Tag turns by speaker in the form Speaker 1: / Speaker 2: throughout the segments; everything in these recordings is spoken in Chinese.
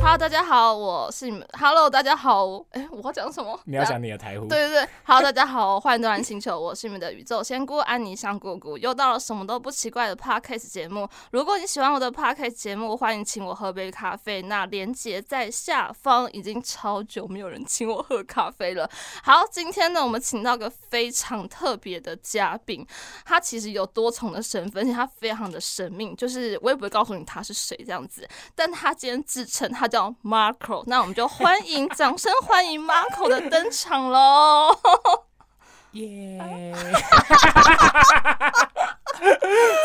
Speaker 1: Hello，大家好，我是你们。Hello，大家好，哎、我要讲什么？啊
Speaker 2: 你要讲你的台呼，
Speaker 1: 对对对，Hello，大家好，欢迎到蓝星球，我是你们的宇宙仙姑安妮香姑姑，又到了什么都不奇怪的 Podcast 节目。如果你喜欢我的 Podcast 节目，欢迎请我喝杯咖啡。那连接在下方，已经超久没有人请我喝咖啡了。好，今天呢，我们请到个非常特别的嘉宾，他其实有多重的身份，而且他非常的神秘，就是我也不会告诉你他是谁这样子。但他今天自称他叫 Marco，那我们就欢迎掌声欢迎 Marco 的登场 喽！
Speaker 2: 耶！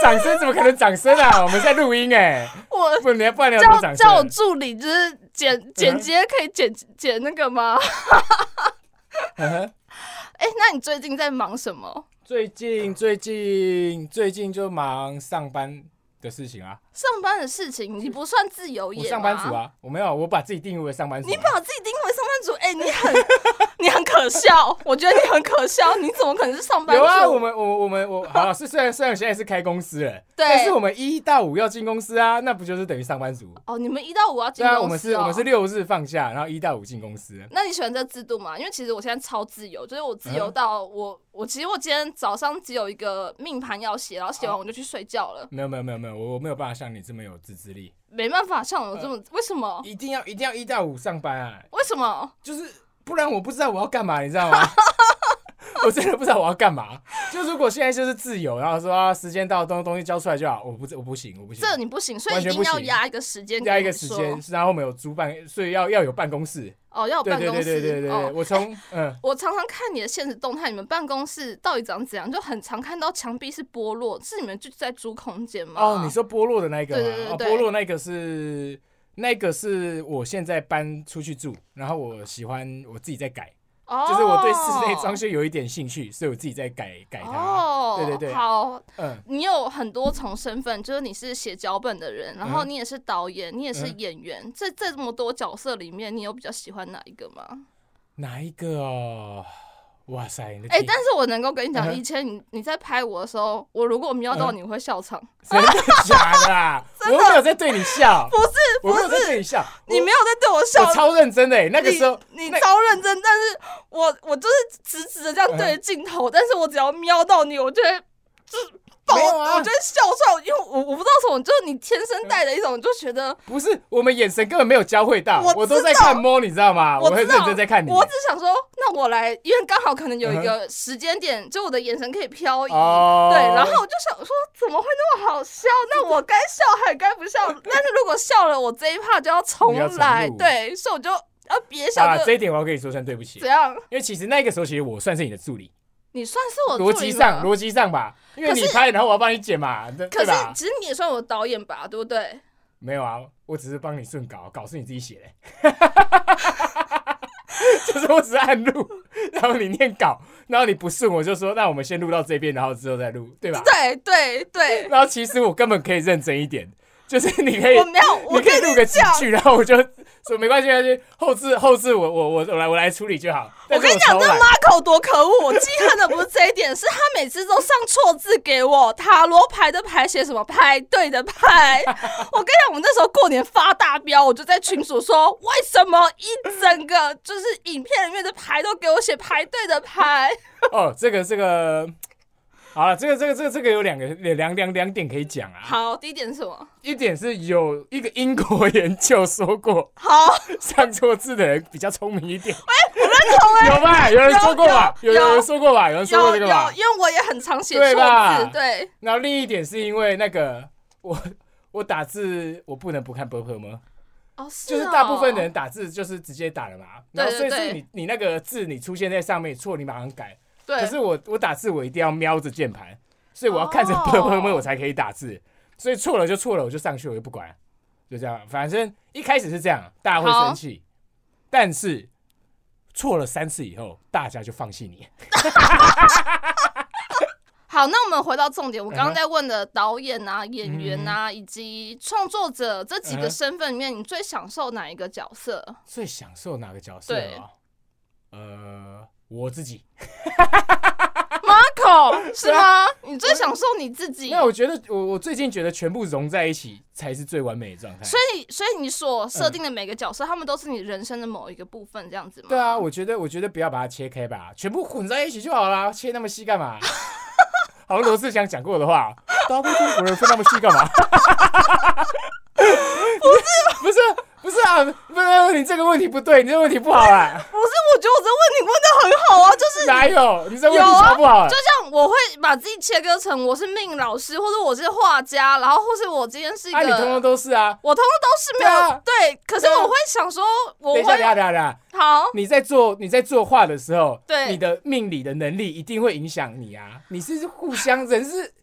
Speaker 2: 掌声怎么可能掌声啊？我们在录音哎，
Speaker 1: 我
Speaker 2: 不然你要不然你要怎么
Speaker 1: 叫
Speaker 2: 掌
Speaker 1: 叫我
Speaker 2: 声？
Speaker 1: 助理，就是剪剪接可以剪剪那个吗？
Speaker 2: 嗯哼
Speaker 1: 哎、那你最近在忙什么？
Speaker 2: 最近最近最近就忙上班的事情啊，
Speaker 1: 上班的事情，你不算自由
Speaker 2: 我
Speaker 1: 业吗
Speaker 2: 上班族啊，我没有，我把自己定义为上班族啊。
Speaker 1: 你把自己定为上班族，哎、你很 你很可笑，我觉得你很可笑，你怎么可能是上班族？
Speaker 2: 有啊，我们我我们我好了，是虽然虽然我现在是开公司了，
Speaker 1: 对
Speaker 2: 但是我们一到五要进公司啊，那不就是等于上班族？
Speaker 1: 哦，你们一到五要进公司、
Speaker 2: 对啊，
Speaker 1: 哦
Speaker 2: 我们是我们是六日放假，然后一到五进公司。
Speaker 1: 那你喜欢这制度吗？因为其实我现在超自由，就是我自
Speaker 2: 嗯
Speaker 1: 由到我、我其实我今天早上只有一个命盘要写，然后写完我就去睡觉了，
Speaker 2: 没有没有没有没有，我我没有办法像你这么有自制力，
Speaker 1: 没办法像我这么、
Speaker 2: 嗯
Speaker 1: 为什么？
Speaker 2: 一定要一定要一到五上班啊，
Speaker 1: 为什么？
Speaker 2: 就是不然我不知道我要干嘛，你知 道吗？我真的不知道我要干嘛。就如果现在就是自由，然后说、啊、时间到，东东西交出来就好，我不我不行，我不行。
Speaker 1: 这你不行，所以
Speaker 2: 完
Speaker 1: 一
Speaker 2: 全
Speaker 1: 定
Speaker 2: 不行
Speaker 1: 要压一个时间，
Speaker 2: 加一个时间，然后我们有租办，所以要要有办公室。
Speaker 1: 哦，要有
Speaker 2: 对
Speaker 1: 办
Speaker 2: 对
Speaker 1: 公室
Speaker 2: 对对对对，
Speaker 1: 哦。
Speaker 2: 我从 嗯，
Speaker 1: 我常常看你的现实动态，你们办公室到底长怎样？就很常看到墙壁是剥落，是你们就在租空间吗？
Speaker 2: 哦，你说剥落的那一个吗？
Speaker 1: 对对对
Speaker 2: 哦，
Speaker 1: 对
Speaker 2: 剥落那个是那个是我现在搬出去住，然后我喜欢我自己在改。
Speaker 1: 哦，
Speaker 2: 就是我对室内装修有一点兴趣，所以我自己在改改它。
Speaker 1: 哦，
Speaker 2: 对对对
Speaker 1: 好，
Speaker 2: 嗯，
Speaker 1: 你有很多重身份，就是你是写脚本的人，然后
Speaker 2: 嗯
Speaker 1: 你也是导演，你也是
Speaker 2: 嗯
Speaker 1: 演员。这这么多角色里面，你有比较喜欢哪一个吗？
Speaker 2: 哪一个哦？哇塞，你的
Speaker 1: 哎、
Speaker 2: 题
Speaker 1: 但是我能够跟你讲，
Speaker 2: 嗯
Speaker 1: 以前你你在拍我的时候，我如果瞄到
Speaker 2: 嗯
Speaker 1: 你会笑场，
Speaker 2: 真的假 的啊？我又没有在对你笑，
Speaker 1: 不是
Speaker 2: 我没有在对你笑，
Speaker 1: 你没有在对我笑
Speaker 2: 我，我超认真的欸。那个时候，
Speaker 1: 你你
Speaker 2: 那
Speaker 1: 超认真，但是我我就是直直的这样对着镜头，但是我只要瞄到你，我就会就是爆，
Speaker 2: 没有啊
Speaker 1: 我就会笑出来，因为我我不知道为什么，就是你天生带着一种，就觉得。
Speaker 2: 不是我们眼神根本没有交汇到，
Speaker 1: 我
Speaker 2: 我都在看猫，你知道吗？
Speaker 1: 我
Speaker 2: 我很
Speaker 1: 知道
Speaker 2: 认真在看你。嗯
Speaker 1: 我只想说，那我来，因为刚好可能有一个时间点，就我的眼神可以漂移。
Speaker 2: 哦
Speaker 1: 对，然后我就想说，怎么会那么好笑？那我该笑还该不 笑？但是如果笑了，我这一趴就要重
Speaker 2: 你要重
Speaker 1: 来。
Speaker 2: 录
Speaker 1: 对，所以我就要别
Speaker 2: 啊
Speaker 1: 想，
Speaker 2: 这
Speaker 1: 着
Speaker 2: 一点我要跟你说声对不起
Speaker 1: 怎，样。
Speaker 2: 因为其实那个时候其实我算是你的助理，
Speaker 1: 你算是我
Speaker 2: 逻
Speaker 1: 哦助
Speaker 2: 辑
Speaker 1: 理
Speaker 2: 上
Speaker 1: 吧
Speaker 2: 逻辑上吧，因为
Speaker 1: 可
Speaker 2: 你
Speaker 1: 是
Speaker 2: 拍，然后我要帮你剪嘛，对
Speaker 1: 可
Speaker 2: 对
Speaker 1: 是
Speaker 2: 吧？
Speaker 1: 其实你也算我导演吧，对不对？
Speaker 2: 没有啊，我只是帮你顺稿，稿是你自己写的， 就是我只是按录，然后你念稿，然后你不顺，我就说那我们先录到这边，然后之后再录，对吧？
Speaker 1: 对对对，
Speaker 2: 然后其实我根本可以认真一点，就是你可以
Speaker 1: 我，没有，我
Speaker 2: 你可以录个几
Speaker 1: 讲
Speaker 2: 句，然后我就说没关系，没关系，后置后置我我我我来我来处理就好。
Speaker 1: 我跟你讲，这
Speaker 2: 但是我超懒
Speaker 1: Marco 多可恶！我记恨的不是这一点，是他每次都上错字给我。塔罗牌的牌写什么牌？对的牌。我跟你讲，我那时候过年发大飙，我就在群组说，为什么一整个就是影片里面的牌都给我写排队的牌？
Speaker 2: 哦，这个这个。好了，这个这个这个这个有两个两两两点可以讲啊。
Speaker 1: 好，第一点是什么？
Speaker 2: 一点是有一个英国研究说过，
Speaker 1: 好，
Speaker 2: 上错字的人比较聪明一点。
Speaker 1: 我认同哎、
Speaker 2: 有吧？有人说过吧？
Speaker 1: 有
Speaker 2: 有
Speaker 1: 有
Speaker 2: 有人说过吧？有人说过
Speaker 1: 有
Speaker 2: 这个
Speaker 1: 有，
Speaker 2: 吧？
Speaker 1: 因为我也很常写错
Speaker 2: 对吧
Speaker 1: 字，对。
Speaker 2: 然后另一点是因为那个我我打字我不能不看 b u r p 吗？
Speaker 1: 哦，是
Speaker 2: 就是
Speaker 1: 哦
Speaker 2: 大部分人打字就是直接打了嘛。
Speaker 1: 对
Speaker 2: 然后所以
Speaker 1: 对
Speaker 2: 是你你那个字你出现在上面错，你马上改。
Speaker 1: 对，
Speaker 2: 可是我我打字我一定要瞄着键盘，所以我要看着 b u r
Speaker 1: 哦
Speaker 2: p 我才可以打字。所以错了就错了，我就上去我就不管，就这样。反正一开始是这样，大家会
Speaker 1: 好
Speaker 2: 生气，但是错了三次以后，大家就放弃你。
Speaker 1: 好，那我们回到重点。我刚
Speaker 2: 嗯
Speaker 1: 刚
Speaker 2: 哼嗯
Speaker 1: 在问的导演啊、演员啊，以及创作者这几个
Speaker 2: 嗯哼
Speaker 1: 身份里面，你最享受哪一个角色？
Speaker 2: 最享受哦哪个角色、
Speaker 1: 对
Speaker 2: 啊？呃，我自己。
Speaker 1: 口 是吗？你最享受你自己，
Speaker 2: 那我觉得我我最近觉得全部融在一起才是最完美的状态。
Speaker 1: 所以所以你所设定的每个角色，他们都是你人生的某一个部分，这样子吗？
Speaker 2: 嗯对啊，我觉得我觉得不要把它切开吧，全部混在一起就好啦，切那么细干 嘛？好像罗志祥讲过的话，大部分中国人分那么细干嘛？ 不是不是不是啊，不是你这个问题不对，你这个问题不好啊，
Speaker 1: 不是，我觉得我这问题问的很好啊，就是
Speaker 2: 哪有？你这问题超不好的啊
Speaker 1: 就。像我会把自己切割成我是命老师，或者我是画家，然后或是我今天是一个，
Speaker 2: 啊，你通通都是啊。
Speaker 1: 我通通都是没有
Speaker 2: 对啊
Speaker 1: 对，可是
Speaker 2: 对啊
Speaker 1: 我会想说，我
Speaker 2: 等一下，等一
Speaker 1: 会
Speaker 2: 下，等一下，等一下，
Speaker 1: 好，
Speaker 2: 你在做你在作画的时候，
Speaker 1: 对
Speaker 2: 你的命理的能力一定会影响你啊。你是互相，人是，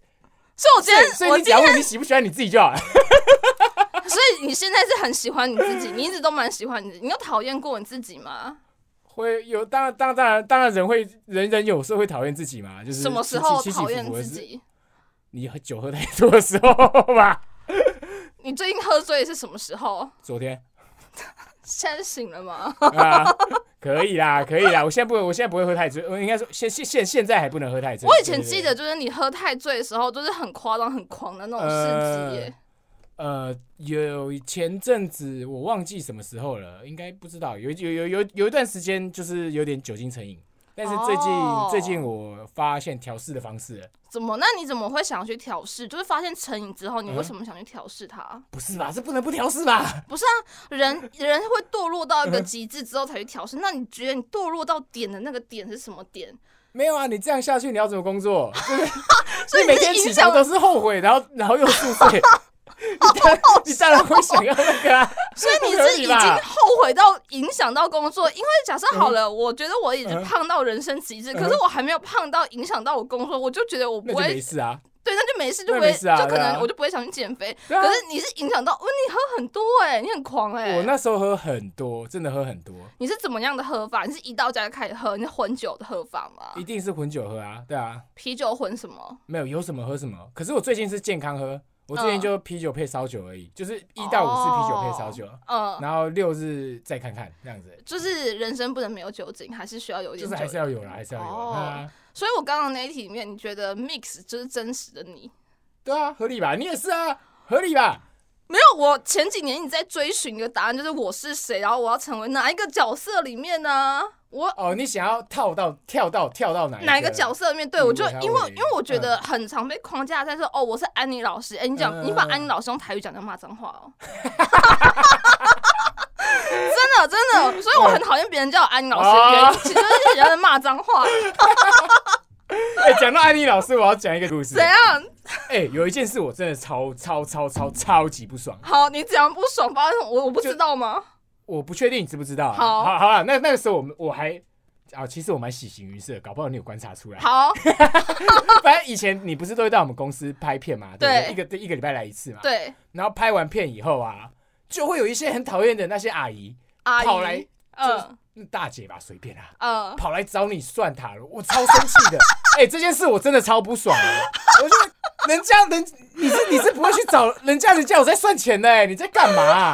Speaker 1: 所以我今
Speaker 2: 所
Speaker 1: 天
Speaker 2: 以
Speaker 1: 我
Speaker 2: 你只
Speaker 1: 今
Speaker 2: 要问你喜不喜欢你自己就好了。
Speaker 1: 天，所以你现在是很喜欢你自己，你一直都蛮喜欢你自己，你有讨厌过你自己吗？
Speaker 2: 会有，当然，当然当然，当然人会，人人有时候会讨厌自己嘛，就是
Speaker 1: 什么时
Speaker 2: 起
Speaker 1: 候
Speaker 2: 起起
Speaker 1: 讨
Speaker 2: 起
Speaker 1: 厌
Speaker 2: 伏伏的
Speaker 1: 自
Speaker 2: 事？
Speaker 1: 己？
Speaker 2: 你喝酒喝太多的时候吧。
Speaker 1: 你最近喝醉是什么时候？
Speaker 2: 昨天
Speaker 1: 现在醒了 吗？
Speaker 2: 啊，可以啦，可以啦。我现在不会，我现在不会喝太醉，我应该说现现现现在还不能喝太醉。
Speaker 1: 我以
Speaker 2: 对
Speaker 1: 前记得，，就是你喝太醉的时候，就是很夸张、很狂的那种
Speaker 2: 呃
Speaker 1: 事迹耶。
Speaker 2: 对对呃，有前阵子我忘记什么时候了，应该不知道。有有有有有一段时间就是有点酒精成瘾，但是最近、
Speaker 1: 哦
Speaker 2: 最近我发现调试的方式了，
Speaker 1: 怎么？那你怎么会想要去调试？就是发现成瘾之后，你
Speaker 2: 嗯
Speaker 1: 为什么想去调试它？
Speaker 2: 不是吧？这不能不调试吧？
Speaker 1: 不是啊，人人会堕落到一
Speaker 2: 嗯
Speaker 1: 个极致之后才去调试。那你觉得你堕落到点的那个点是什么点？
Speaker 2: 没有啊，你这样下去你要怎么 工作？
Speaker 1: 所以
Speaker 2: 你每天起床都是后悔，然后然后又宿醉，你当你当然会想要那个、啊。
Speaker 1: 所以你
Speaker 2: 不合
Speaker 1: 是
Speaker 2: 理
Speaker 1: 已经
Speaker 2: 吧
Speaker 1: 后悔到影响到工作。因为假设好了，我觉得我已经
Speaker 2: 嗯
Speaker 1: 胖到人生极致，
Speaker 2: 嗯
Speaker 1: 可是我还没有胖到影响到我工作，我就觉得我
Speaker 2: 那
Speaker 1: 不
Speaker 2: 就没
Speaker 1: 会
Speaker 2: 事啊。
Speaker 1: 对，那就没事，就
Speaker 2: 那
Speaker 1: 不会
Speaker 2: 没事啊
Speaker 1: 就可
Speaker 2: 对啊
Speaker 1: 能我就不会想去减肥。
Speaker 2: 对啊
Speaker 1: 可是你是影响到，哦，你喝很多哎，你很狂哎
Speaker 2: 我。那时候喝很多，真的喝很多，
Speaker 1: 你是怎么样的喝法？你是一到家就开始喝，你是混酒的喝法吗
Speaker 2: 一？定是混酒喝啊，对啊，
Speaker 1: 啤酒混什么？
Speaker 2: 没有有什么喝什么。可是我最近是健康喝，我最近
Speaker 1: 嗯
Speaker 2: 就啤酒配烧酒而已，就是一到五
Speaker 1: 哦
Speaker 2: 是啤酒配烧酒，
Speaker 1: 嗯，
Speaker 2: 然后六日再看看这样子，
Speaker 1: 就是人生不能没有酒精，还是需要有一
Speaker 2: 就
Speaker 1: 点
Speaker 2: 是
Speaker 1: 酒
Speaker 2: 还
Speaker 1: 精。
Speaker 2: 是要有啦，还是要有啦。
Speaker 1: 哦
Speaker 2: 对啊
Speaker 1: 所以我刚刚那一题里面，你觉得 mix 就是真实的你？
Speaker 2: 对啊，合理吧？你也是啊，合理吧？
Speaker 1: 没有，我前几年一直在追寻一个答案，就是我是谁，然后我要成为哪一个角色里面呢？我
Speaker 2: 哦，你想要跳到跳到跳到哪
Speaker 1: 哪一个角色面对
Speaker 2: 你
Speaker 1: 我
Speaker 2: 以
Speaker 1: 就
Speaker 2: 为他
Speaker 1: 因为
Speaker 2: 会
Speaker 1: 因为我觉得很常被框架在说哦，我是安妮老师。哎、你讲、
Speaker 2: 嗯
Speaker 1: 你把安妮老师用台语讲叫骂脏话哦。真的真的，所以我很讨厌别人叫我安妮老师的原因，其实就是人家在骂脏
Speaker 2: 哦
Speaker 1: 话。
Speaker 2: 哎，讲到安妮老师，我要讲一个故事
Speaker 1: 怎。样？
Speaker 2: 哎、有一件事我真的超超超超超级不爽，
Speaker 1: 好，你怎样不爽？发生什么我我不知道吗？
Speaker 2: 我不确定你知不知道、啊。
Speaker 1: 好
Speaker 2: 好好啦那那个时候我们我还啊，其实我蛮喜形于色，搞不好你有观察出来。
Speaker 1: 好，
Speaker 2: 反正以前你不是都会到我们公司拍片嘛，对不对？
Speaker 1: 对
Speaker 2: 一个一个礼拜来一次嘛。。
Speaker 1: 对，
Speaker 2: 然后拍完片以后啊，就会有一些很讨厌的那些阿姨，
Speaker 1: 阿
Speaker 2: 跑来
Speaker 1: 姨，嗯
Speaker 2: 嗯大姐吧，随便啊，
Speaker 1: 嗯，
Speaker 2: 跑来找你算塔罗，我超生气的。 哎、这件事我真的超不爽的，我就人家人你是你是不会去找人家人家有在算钱的、哎，你在干嘛啊、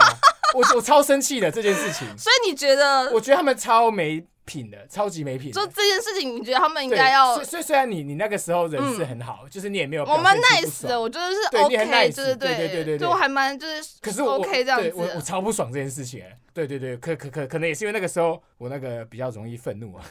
Speaker 2: 我我超生气的这件事情，
Speaker 1: 所以你觉得
Speaker 2: 我觉得他们超没品的，超级没品的
Speaker 1: 就这件事情，你觉得他们应
Speaker 2: 对
Speaker 1: 该要？嗯
Speaker 2: 虽虽虽然你你那个时候人是很好，就是你也没有
Speaker 1: 我蛮
Speaker 2: 表现出不
Speaker 1: nice 的，
Speaker 2: 爽，
Speaker 1: 我觉得是
Speaker 2: 对你很
Speaker 1: OK，
Speaker 2: nice，
Speaker 1: 对
Speaker 2: 对对对对对
Speaker 1: 就我还蛮就是，
Speaker 2: 可是我
Speaker 1: OK 这样
Speaker 2: 对我我
Speaker 1: 子。
Speaker 2: 超不爽这件事情、哎对对对，可可可可能也是因为那个时候我那个比较容易愤怒啊。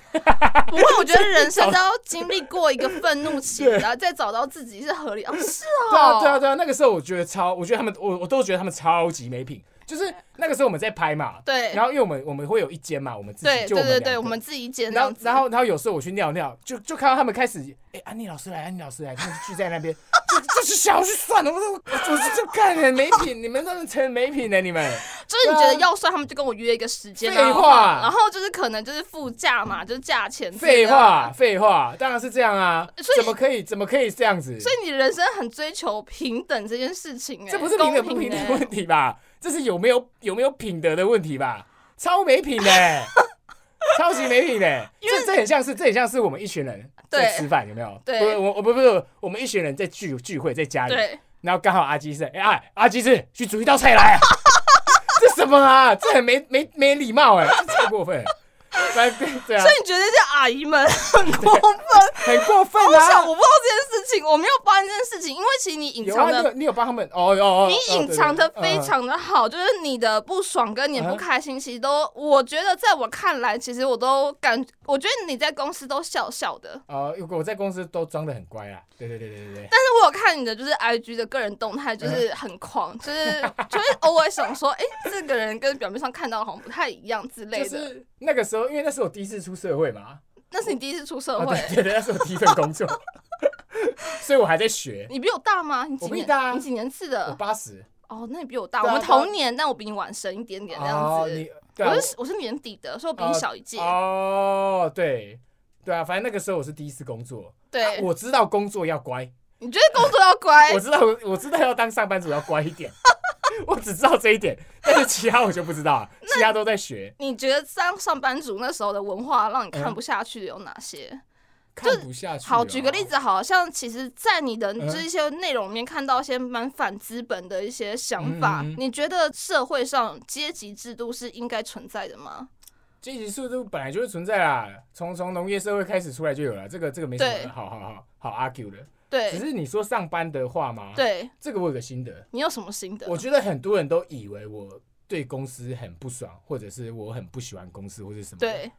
Speaker 1: 不会，我觉 得人生都要经历过一个愤怒期，然后再找到自己是合理。哦，是哦，
Speaker 2: 对啊，对啊，对啊，那个时候我觉得超，我觉得他们，我我都觉得他们超级没品。就是那个时候我们在拍嘛，
Speaker 1: 对
Speaker 2: 然后因为我们我们会有一间嘛，我们自己
Speaker 1: 对
Speaker 2: 就
Speaker 1: 对对
Speaker 2: 们
Speaker 1: 对，
Speaker 2: 两
Speaker 1: 我
Speaker 2: 个
Speaker 1: 们自己剪这
Speaker 2: 然
Speaker 1: 样
Speaker 2: 后
Speaker 1: 子。
Speaker 2: 然后然后有时候我去尿尿，就就看到他们开始，哎、安妮老师来，安妮老师来，他们就聚在那边，就就是想要去算了，我说我我是就看你们没品，你们真的成没品了，你们。
Speaker 1: 就是你觉得
Speaker 2: 对啊
Speaker 1: 要算，他们就跟我约一个时间。
Speaker 2: 废
Speaker 1: 然后
Speaker 2: 话
Speaker 1: 然后就是可能就是副价嘛，就是价钱。
Speaker 2: 废话，。废话，当然是这样啊，
Speaker 1: 所以
Speaker 2: 怎么可以，怎么可以这样子？
Speaker 1: 所以你人生很追求平等这件事情，哎，
Speaker 2: 这不是平等
Speaker 1: 公
Speaker 2: 不
Speaker 1: 平
Speaker 2: 平等
Speaker 1: 哎
Speaker 2: 问题吧？这是有没有有没有品德的问题吧？超没品的、 超级没品的、这这很像是这很像是我们一群人
Speaker 1: 对
Speaker 2: 在吃饭，有没有？
Speaker 1: 对
Speaker 2: 不是我我不不是我们一群人在聚聚会在家里，
Speaker 1: 对，
Speaker 2: 然后刚好阿基是哎、啊阿基是去 煮一道菜来、啊，这什么啊？这很没没没礼貌哎、这超过分。反正对啊
Speaker 1: 所，以你觉得这些阿姨们 很过分？
Speaker 2: 很过分
Speaker 1: 我想
Speaker 2: 啊！
Speaker 1: 我不知道这件事情，我没有发现这件事情，因为其实你隐
Speaker 2: 有
Speaker 1: 藏
Speaker 2: 啊，你
Speaker 1: 的
Speaker 2: 有你有帮他们哦哦哦，
Speaker 1: 你
Speaker 2: 哦
Speaker 1: 隐藏的
Speaker 2: 对对
Speaker 1: 非
Speaker 2: 嗯
Speaker 1: 常的好，就是你的不爽跟你的
Speaker 2: 嗯
Speaker 1: 不开心，其实都，我觉得在我看来，其实我都感，我觉得你在公司都笑笑的。
Speaker 2: 呃，如果我在公司都装的很乖啦，对对对对对对，
Speaker 1: 但是我有看你的就是 I G 的个人动态，
Speaker 2: 嗯
Speaker 1: 就是很狂，就是 就是偶尔想说，哎、这个人跟表面上看到好像不太一样之类
Speaker 2: 就
Speaker 1: 的。
Speaker 2: 是那个时候，因为那是我第一次出社会嘛，
Speaker 1: 那是你第一次出社
Speaker 2: 啊
Speaker 1: 会，
Speaker 2: 对对对，那是我第一份 工作，所以我还在学。
Speaker 1: 你比我大吗？你几
Speaker 2: 我比
Speaker 1: 年？
Speaker 2: 你大啊
Speaker 1: 你几年次
Speaker 2: 我
Speaker 1: 的？
Speaker 2: 八十，
Speaker 1: 哦，那你比我大，
Speaker 2: 对
Speaker 1: 我
Speaker 2: 啊
Speaker 1: 们同年，但我比你晚生一点点这样
Speaker 2: 哦，
Speaker 1: 子。
Speaker 2: 你对啊
Speaker 1: 我是我是年底的，所以我比你
Speaker 2: 哦
Speaker 1: 小一届。
Speaker 2: 哦，对对啊，反正那个时候我是第一次工作，
Speaker 1: 对，
Speaker 2: 啊
Speaker 1: 哎
Speaker 2: 我知道工作要乖，
Speaker 1: 你觉得工作要乖
Speaker 2: 我？知道我知道要当上班族要乖一点， 我只知道这一点，但是其他我就不知道了，啊其他都在学，
Speaker 1: 你觉得当上班族那时候的文化让你看不下去的有哪些？
Speaker 2: 看不下嗯去。啊哦
Speaker 1: 好，举个例，子好，像其实，在你的
Speaker 2: 嗯
Speaker 1: 这些内容里面看到一些蛮反资本的一些想法，
Speaker 2: 嗯嗯嗯
Speaker 1: 你觉得社会上阶级制度是应该存在的吗？
Speaker 2: 阶级制度本来就会存在啦，从从农业社会开始出来就有了，这个这个没什
Speaker 1: 对
Speaker 2: 么好好好好 argue 的。只
Speaker 1: 对，
Speaker 2: 是你说上班的话嘛，，
Speaker 1: 对
Speaker 2: 这个我有个心得，
Speaker 1: 你有什么心得？
Speaker 2: 我觉得很多人都以为我对公司很不爽，或者是我很不喜欢公司或者什么，，
Speaker 1: 对，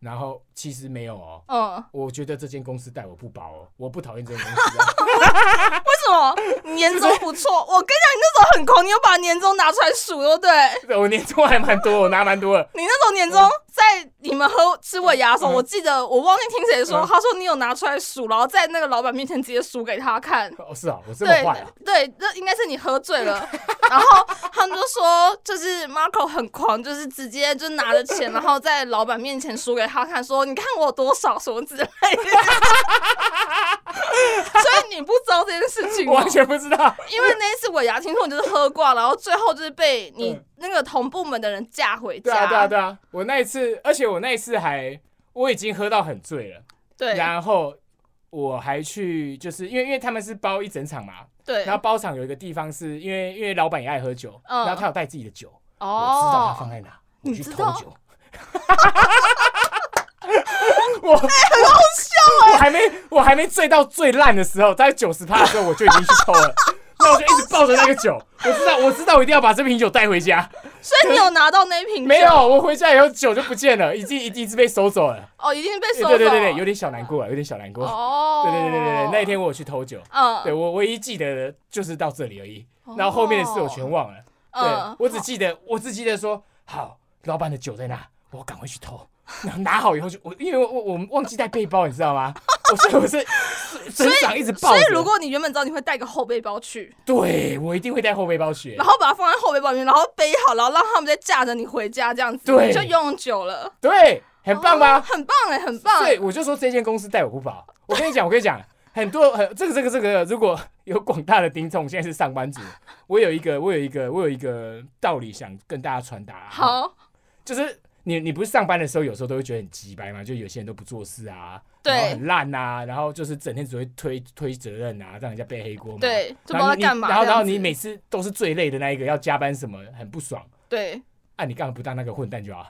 Speaker 2: 然后其实没有哦。
Speaker 1: 嗯，
Speaker 2: 我觉得这间公司待我不薄哦，我不讨厌这间公司、啊。
Speaker 1: 为什么 你年终不错？我跟你讲，你那时候很狂，你又把年终拿出来数，对不对？
Speaker 2: 对我年终还蛮多，我拿蛮多的。
Speaker 1: 你那时候年终在你们喝吃尾牙的时候，
Speaker 2: 嗯
Speaker 1: 我记得我忘记听谁说，
Speaker 2: 嗯
Speaker 1: 他说你有拿出来数，然后在那个老板面前直接数给他看。
Speaker 2: 哦，是啊，我这么
Speaker 1: 对
Speaker 2: 坏啊、
Speaker 1: 对，这应该是你喝醉了， 然后他们就说，就是 Marco 很狂，就是直接就拿着 钱，然后在老板面前数给他看，说你看我有多少什么之类 的。所以你不知道这件事情
Speaker 2: 我
Speaker 1: 吗
Speaker 2: 完？全不知道。
Speaker 1: 因为那一次尾牙听说你就是喝挂，然后最后就是被你
Speaker 2: 嗯
Speaker 1: 那个同部门的人架回
Speaker 2: 对
Speaker 1: 家。
Speaker 2: 啊，对啊，对啊。我那一次，而且我那一次还我已经喝到很醉了，
Speaker 1: 对
Speaker 2: 然后我还去，就是因为因为他们是包一整场嘛，
Speaker 1: 对
Speaker 2: 然后包场有一个地方是因为因为老板也爱喝酒，
Speaker 1: 嗯
Speaker 2: 然后他有带自己的酒，我知道他放
Speaker 1: 哦，
Speaker 2: 在哪，
Speaker 1: 你
Speaker 2: 我去
Speaker 1: 知
Speaker 2: 偷
Speaker 1: 道
Speaker 2: 酒。我、很好笑
Speaker 1: 欸
Speaker 2: 哎、我还没我还没醉到最烂的时候，大概九十趴的时候我就已经去偷 了，那我就一直抱着那个酒，我知道我知道我一定要把这瓶酒带回家，
Speaker 1: 所以你有拿到那一瓶酒？
Speaker 2: 没有我回家以后酒就不见了，已经已经一直被收走了，
Speaker 1: 哦，一定被收走。
Speaker 2: 对对对对，有点小难过啊，有点小难过，
Speaker 1: 哦，
Speaker 2: 对对对对对对，那一天我有去偷酒，
Speaker 1: 嗯，
Speaker 2: 对我唯一记得的就是到这里而已，然后后面的事我全忘了。对
Speaker 1: 哦嗯，，
Speaker 2: 我只记得我只记得说好，老板的酒在哪，我赶快去偷。 然后拿好以后就我，因为我我我忘记带背包，你知道 吗？我所以我是身上一直
Speaker 1: 所
Speaker 2: 抱着。
Speaker 1: 以如果你原本知道你会带个后背包去，
Speaker 2: 对我一定会带后背包去
Speaker 1: 然。后把它放在后背包里面，然后背好，然后让他们再架着你回家，这样子
Speaker 2: 对
Speaker 1: 你就拥有了，
Speaker 2: 对，很棒吧
Speaker 1: 哦？很棒哎、很棒。
Speaker 2: 对，我就说这间公司待我不薄。我跟你讲，我跟你讲， 很多很这个这个这个，如果有广大的听众现在是上班族，我有一个我有一个我有一个道理想跟大家传达啊。
Speaker 1: 好，
Speaker 2: 就是你你不是上班的时候，有时候都会觉得很鸡掰嘛，就有些人都不做事啊，
Speaker 1: 对
Speaker 2: 然后很烂啊，然后就是整天只会推推责任啊，让人家背黑锅嘛。
Speaker 1: 对，就不知
Speaker 2: 然
Speaker 1: 道
Speaker 2: 后
Speaker 1: 在
Speaker 2: 你，
Speaker 1: 干嘛。
Speaker 2: 然后
Speaker 1: 这
Speaker 2: 然
Speaker 1: 样
Speaker 2: 后
Speaker 1: 子
Speaker 2: 你每次都是最累的那一个，要加班什么，很不爽。
Speaker 1: 对，
Speaker 2: 啊，你干嘛不当那个混蛋就好？啊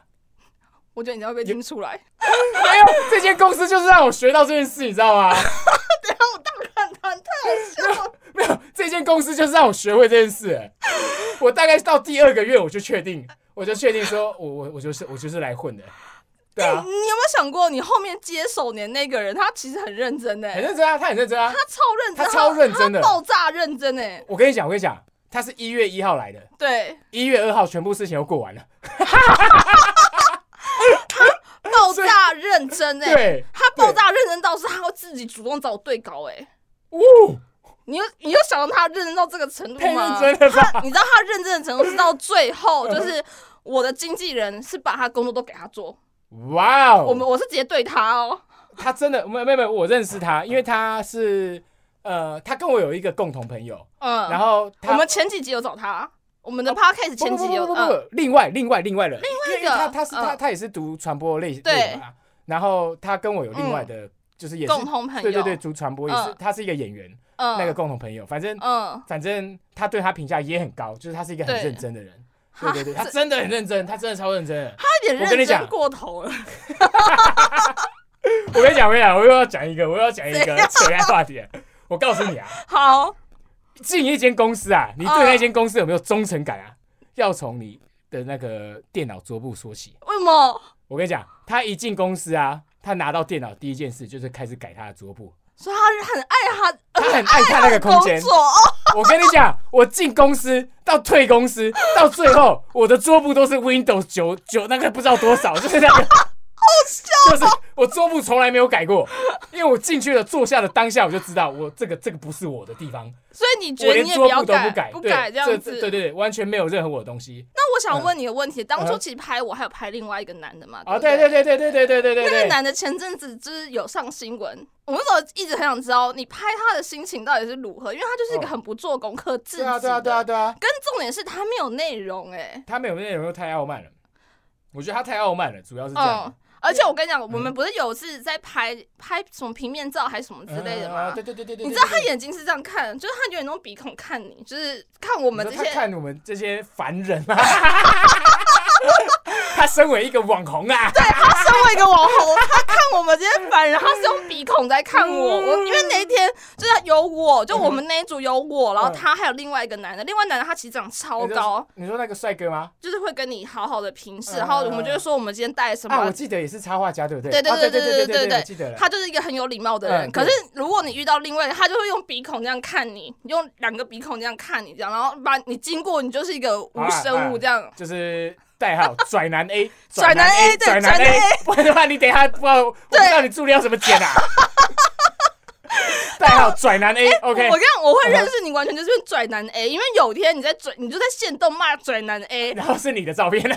Speaker 1: 我觉得你要被听出来，
Speaker 2: 没有，这间公司就是让我学到这件事，你知道吗？
Speaker 1: 很很特效。
Speaker 2: 没有，这间公司就是让我学会这件事、欸我大概到第二个月，我就确定，我就确定说我，我我就是我就是来混的。对
Speaker 1: 哎、
Speaker 2: 啊
Speaker 1: 你，有没有想过，你后面接手你的那个人，他其实很认真哎、
Speaker 2: 很认真啊，他很认真啊。
Speaker 1: 他超认真，
Speaker 2: 他超认真的
Speaker 1: 他爆炸认真哎、
Speaker 2: 我跟你讲，我跟你讲，他是一月一号来的，
Speaker 1: 对，
Speaker 2: 一月二号全部事情都过完了。
Speaker 1: 爆炸认真哎、
Speaker 2: 对，
Speaker 1: 他爆炸认真到是他会自己主动找我对稿哎、
Speaker 2: 呜，
Speaker 1: 你有你有想到他认真到这个程度
Speaker 2: 太
Speaker 1: 吗？
Speaker 2: 认真了吧？
Speaker 1: 你知道他认真的程度是到最后，就是我的经纪人是把他工作都给他做，
Speaker 2: 哇
Speaker 1: 我们
Speaker 2: 哦，
Speaker 1: 我是直接对他哦，
Speaker 2: 他真的没有没有没有，我认识
Speaker 1: 嗯
Speaker 2: 他，因为他是呃，他跟我有一个共同朋友，
Speaker 1: 嗯，
Speaker 2: 然后
Speaker 1: 我
Speaker 2: 他
Speaker 1: 们前几集有找他，我们的 podcast
Speaker 2: 不
Speaker 1: 前
Speaker 2: 不
Speaker 1: 几
Speaker 2: 不
Speaker 1: 集有
Speaker 2: 不不
Speaker 1: 嗯，
Speaker 2: 不，另外另外另外人，另
Speaker 1: 外一个
Speaker 2: 因为他他是
Speaker 1: 嗯
Speaker 2: 他他也是读传播类
Speaker 1: 对嗯
Speaker 2: 类的嘛，然后他跟我有另外的就是也是
Speaker 1: 共同朋友，
Speaker 2: 对对对，读传播也是
Speaker 1: 嗯，
Speaker 2: 他是一个演员，
Speaker 1: 嗯，
Speaker 2: 那个共同朋友，反正
Speaker 1: 嗯，
Speaker 2: 反正他对他评价也很高，就是他是一个很
Speaker 1: 对
Speaker 2: 认真的人。对对对，他真的很认真，他真的超认真的。
Speaker 1: 有
Speaker 2: 我跟
Speaker 1: 点
Speaker 2: 你
Speaker 1: 认
Speaker 2: 讲
Speaker 1: 真过头了。
Speaker 2: 我跟你讲，我跟你讲，我又要讲一个，我又要啊讲一
Speaker 1: 怎
Speaker 2: 个
Speaker 1: 样
Speaker 2: 扯开话题了。我告诉你啊，
Speaker 1: 好，
Speaker 2: 进一间公司啊，你对
Speaker 1: 嗯
Speaker 2: 那间公司有没有忠诚感啊？要从你的那个电脑桌布说起。
Speaker 1: 为什么？
Speaker 2: 我跟你讲，他一进公司啊，他拿到电脑第一件事就是开始改他的桌布，
Speaker 1: 所以他很爱他，
Speaker 2: 他很爱他那个空
Speaker 1: 工
Speaker 2: 间。
Speaker 1: 作哦，
Speaker 2: 我跟你讲，我进公司到退公司到最后，我的桌布都是 Windows 九九那个不知道多少，就是那个，
Speaker 1: 哦
Speaker 2: 就是我桌布从来没有改过，因为我进去了坐下的当下我就知道，我这个这个不是我的地方，
Speaker 1: 所以你
Speaker 2: 我
Speaker 1: 觉得
Speaker 2: 连
Speaker 1: 你也
Speaker 2: 桌
Speaker 1: 要
Speaker 2: 布都不
Speaker 1: 改，
Speaker 2: 改，
Speaker 1: 不
Speaker 2: 对
Speaker 1: 改这样
Speaker 2: 对
Speaker 1: 子。
Speaker 2: 对对对，完全没有任何我的东西
Speaker 1: 那我想问你个问题，当初
Speaker 2: 嗯
Speaker 1: 其实拍我还有拍另外一个男的嘛？
Speaker 2: 啊！
Speaker 1: 不
Speaker 2: 对对对对对对对对对
Speaker 1: 那个
Speaker 2: 对，
Speaker 1: 男的前阵子就是有上新闻，我那时候一直很想知道你拍他的心情到底是如何，因为他就是一个
Speaker 2: 哦
Speaker 1: 很不做功课、自己
Speaker 2: 对啊对啊对啊对啊，
Speaker 1: 跟重点是他没有内容哎、
Speaker 2: 他没有内容又太傲慢了，我觉得他太傲慢了，主要是这样
Speaker 1: 嗯。，而且我跟你讲，我们不是有一次在拍拍什么平面照还是什么之类的
Speaker 2: 啊
Speaker 1: 吗？
Speaker 2: 对对对对对，
Speaker 1: 你知道
Speaker 2: 对
Speaker 1: 他眼睛是这样看，就是他有点那种鼻孔看你，就是看我
Speaker 2: 我
Speaker 1: 们这
Speaker 2: 他
Speaker 1: 些。
Speaker 2: 看我们这些凡人啊， 他身为一个网红啊，
Speaker 1: 对他身为一个网红，他看我们这些凡人，他是用鼻孔在看我。
Speaker 2: 嗯
Speaker 1: 我因为那一天就是有我，就我们那一组有我，然后他还有另外一个男的，另外男的他其实长超高，
Speaker 2: 嗯你说。你说那个帅哥吗？
Speaker 1: 就是会跟你好好的平视，
Speaker 2: 嗯
Speaker 1: 然后我们就会说我们今天带什
Speaker 2: 啊，我
Speaker 1: 么。
Speaker 2: 记得也是插画家，对不对？
Speaker 1: 对对
Speaker 2: 啊
Speaker 1: 对对
Speaker 2: 对
Speaker 1: 对
Speaker 2: 对
Speaker 1: 对对
Speaker 2: 我记得了。
Speaker 1: 他就是一个很有礼貌的人，
Speaker 2: 嗯
Speaker 1: 可
Speaker 2: 对
Speaker 1: 是如果你遇到另外一个，他就会用鼻孔这样看你，用两个鼻孔这样看你，这样，然后把你经过，你就是一个
Speaker 2: 啊
Speaker 1: 无生物这样。
Speaker 2: 就是代号拽男 A，
Speaker 1: 拽男 A，对
Speaker 2: 拽男
Speaker 1: 拽男
Speaker 2: A，不然的话你等一下不知道，我不
Speaker 1: 对
Speaker 2: 知道你助理要怎么 剪啊。代号拽男 A，OK，
Speaker 1: 哎我跟你讲，我会认识你，完全就是拽男 A，因为有天你在拽，你就在线动骂拽男 A，
Speaker 2: 然后是你的照片，
Speaker 1: 是我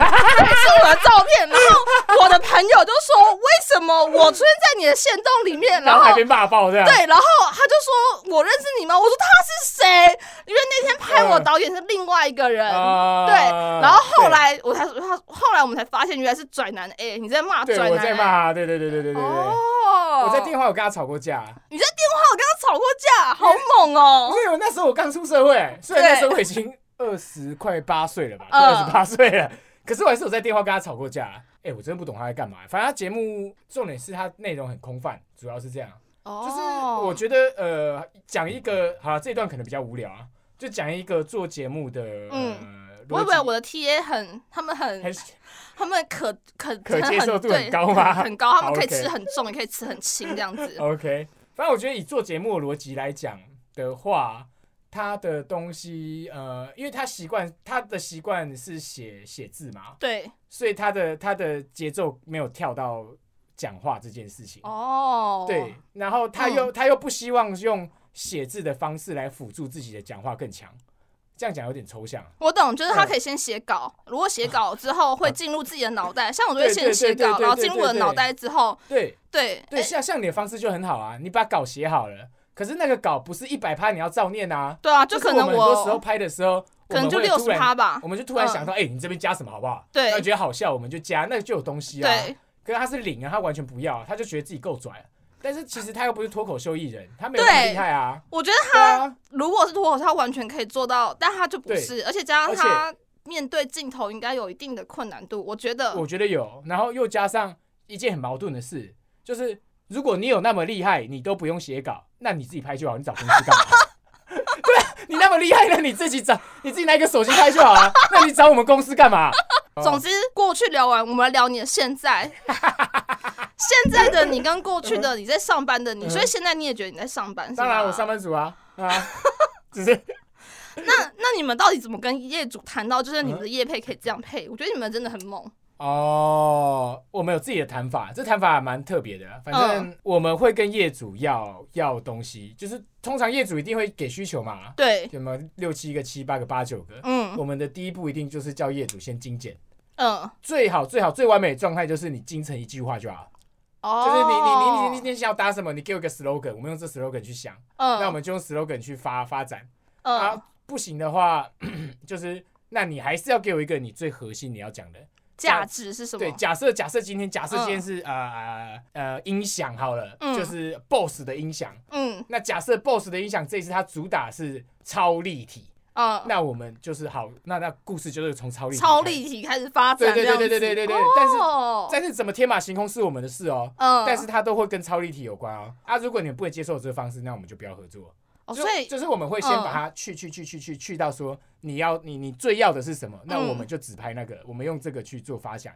Speaker 1: 的照片，然后我的朋友就说为什么我出现在你的线动里 面，
Speaker 2: 然
Speaker 1: 然
Speaker 2: 后还
Speaker 1: 后
Speaker 2: 被骂爆这样。
Speaker 1: 对，然后他就说我认识你吗？我说他是谁？因为那天拍我导演是另外一个人。
Speaker 2: 啊，
Speaker 1: 对，然后后来我才他后来我们才发现原来是拽男 A，你在骂
Speaker 2: 对
Speaker 1: 拽
Speaker 2: 我
Speaker 1: 男
Speaker 2: 在
Speaker 1: A
Speaker 2: 骂，对对对对对对对。
Speaker 1: 哦，
Speaker 2: 我在电话有跟他吵过架，
Speaker 1: 你在电话我跟他吵过架，好猛
Speaker 2: 因
Speaker 1: 哦！
Speaker 2: 为我那时候我刚出社会，虽然
Speaker 1: 对
Speaker 2: 那时候我已经二十快八岁了吧，
Speaker 1: 嗯
Speaker 2: 二十八岁了，可是我还是有在电话跟他吵过架。哎、我真的不懂他在干嘛。反正他节目重点是他内容很空泛，主要是这样。
Speaker 1: 哦
Speaker 2: 就是我觉得呃，讲一个好啦这一段可能比较无聊啊，就讲一个做节目的呃
Speaker 1: 嗯，
Speaker 2: 逻
Speaker 1: 我以
Speaker 2: 辑
Speaker 1: 为我的 TA 很，他们很
Speaker 2: 很
Speaker 1: 他们可可
Speaker 2: 可接受度
Speaker 1: 对
Speaker 2: 很高吗
Speaker 1: 很很高，他们
Speaker 2: 好
Speaker 1: 可以
Speaker 2: OK 哦
Speaker 1: 吃很重，也可以吃很轻，这样子。
Speaker 2: OK，反正我觉得以做节目的逻辑来讲的话，他的东西，呃，因为他习惯他的习惯是写写字嘛，
Speaker 1: 对，
Speaker 2: 所以他的他的节奏没有跳到讲话这件事情。
Speaker 1: 哦，嗯
Speaker 2: 对，，然后他又、他又不希望用写字的方式来辅助自己的讲话更强，这样讲有点抽象。
Speaker 1: 我懂，就是他
Speaker 2: 嗯
Speaker 1: 可以先写稿，如果写稿之后会进入自己的脑袋，像我就会
Speaker 2: 对
Speaker 1: 先
Speaker 2: 对
Speaker 1: 写
Speaker 2: 对对
Speaker 1: 稿，
Speaker 2: 对
Speaker 1: 然后
Speaker 2: 对
Speaker 1: 进入
Speaker 2: 对
Speaker 1: 我的
Speaker 2: 对
Speaker 1: 脑袋之后，
Speaker 2: 对
Speaker 1: 对
Speaker 2: 对，
Speaker 1: 哎
Speaker 2: 像像你的方式就很好啊，你把稿写好了，可是那个稿不是一百趴你要照念啊，
Speaker 1: 对啊，就
Speaker 2: 就是
Speaker 1: 可能
Speaker 2: 我们很多时候拍的时候，
Speaker 1: 可能
Speaker 2: 我们
Speaker 1: 就
Speaker 2: 会
Speaker 1: 六
Speaker 2: 突
Speaker 1: 十
Speaker 2: 然
Speaker 1: 趴吧，嗯
Speaker 2: 我们就突然想到，哎、你这边加什么好不好？
Speaker 1: 对
Speaker 2: 那觉得好笑，我们就加，那就有东西啊。
Speaker 1: 对
Speaker 2: 可是他是零啊，他完全不要啊，他就觉得自己够拽啊。但是其实他又不是脱口秀艺人，他没有
Speaker 1: 对
Speaker 2: 那么厉害啊。
Speaker 1: 我觉得
Speaker 2: 对啊，
Speaker 1: 如果是脱口秀，他完全可以做到，但他就不
Speaker 2: 对
Speaker 1: 是，而且加上
Speaker 2: 而且
Speaker 1: 他面对镜头应该有一定的困难度，我觉得
Speaker 2: 我觉得有。然后又加上一件很矛盾的事，就是如果你有那么厉害，你都不用写稿，那你自己拍就好，你找公司干嘛？对啊，你那么厉害，那你自己找，你自己拿一个手机拍就好了、那你找我们公司干嘛？
Speaker 1: 总之，过去聊完，我们来聊你的现在。现在的你跟过去的你在上班的你，
Speaker 2: 嗯
Speaker 1: 所以现在你也觉得你在上班，是
Speaker 2: 当然，我上
Speaker 1: 班。
Speaker 2: 班族啊啊，只是
Speaker 1: 那那你们到底怎么跟业主谈到，就是你们的业配可以这样配？我觉得你们真的很猛。
Speaker 2: 哦，我们有自己的谈法，这谈法蛮特别的。啊
Speaker 1: 嗯
Speaker 2: 反正我们会跟业主要要东西，就是通常业主一定会给需求嘛，
Speaker 1: 对，
Speaker 2: 有没有六七个、七八个、八九个？
Speaker 1: 嗯
Speaker 2: 我们的第一步一定就是叫业主先精简，
Speaker 1: 嗯，
Speaker 2: 最好最好最完美的状态就是你精成一句话就好，
Speaker 1: 哦，
Speaker 2: 就是你你你你你你想要打什么，你给我一个 slogan，我们用这 slogan 去想，
Speaker 1: 嗯，
Speaker 2: 那我们就用 slogan 去发发展
Speaker 1: 嗯
Speaker 2: 啊。不行的话， 就是那你还是要给我一个你最核心你要讲的。
Speaker 1: 价值是什么
Speaker 2: 对，？假设假设今天假设
Speaker 1: 嗯
Speaker 2: 今天是、呃呃音响好了，
Speaker 1: 嗯
Speaker 2: 就是 BOSS 的音响。
Speaker 1: 嗯
Speaker 2: 那假设 BOSS 的音响这一次它主打是超立体，
Speaker 1: 嗯，
Speaker 2: 那我们就是好，那那故事就是从超力
Speaker 1: 超
Speaker 2: 力，
Speaker 1: 立体开始发
Speaker 2: 对
Speaker 1: 展这
Speaker 2: 对
Speaker 1: 样
Speaker 2: 对
Speaker 1: 子，
Speaker 2: 对对对对对，但是
Speaker 1: 哦，
Speaker 2: 但是怎么天马行空是我们的事哦，
Speaker 1: 嗯，
Speaker 2: 但是它都会跟超立体有关哦。啊，如果你们不能接受我这个方式，那我们就不要合作。
Speaker 1: 哦，
Speaker 2: 就
Speaker 1: 所以
Speaker 2: 就是我们会先
Speaker 1: 嗯
Speaker 2: 把它去去去去去去到说你要你你最要的是什么，那
Speaker 1: 嗯
Speaker 2: 我们就只拍那个，我们用这个去做发想。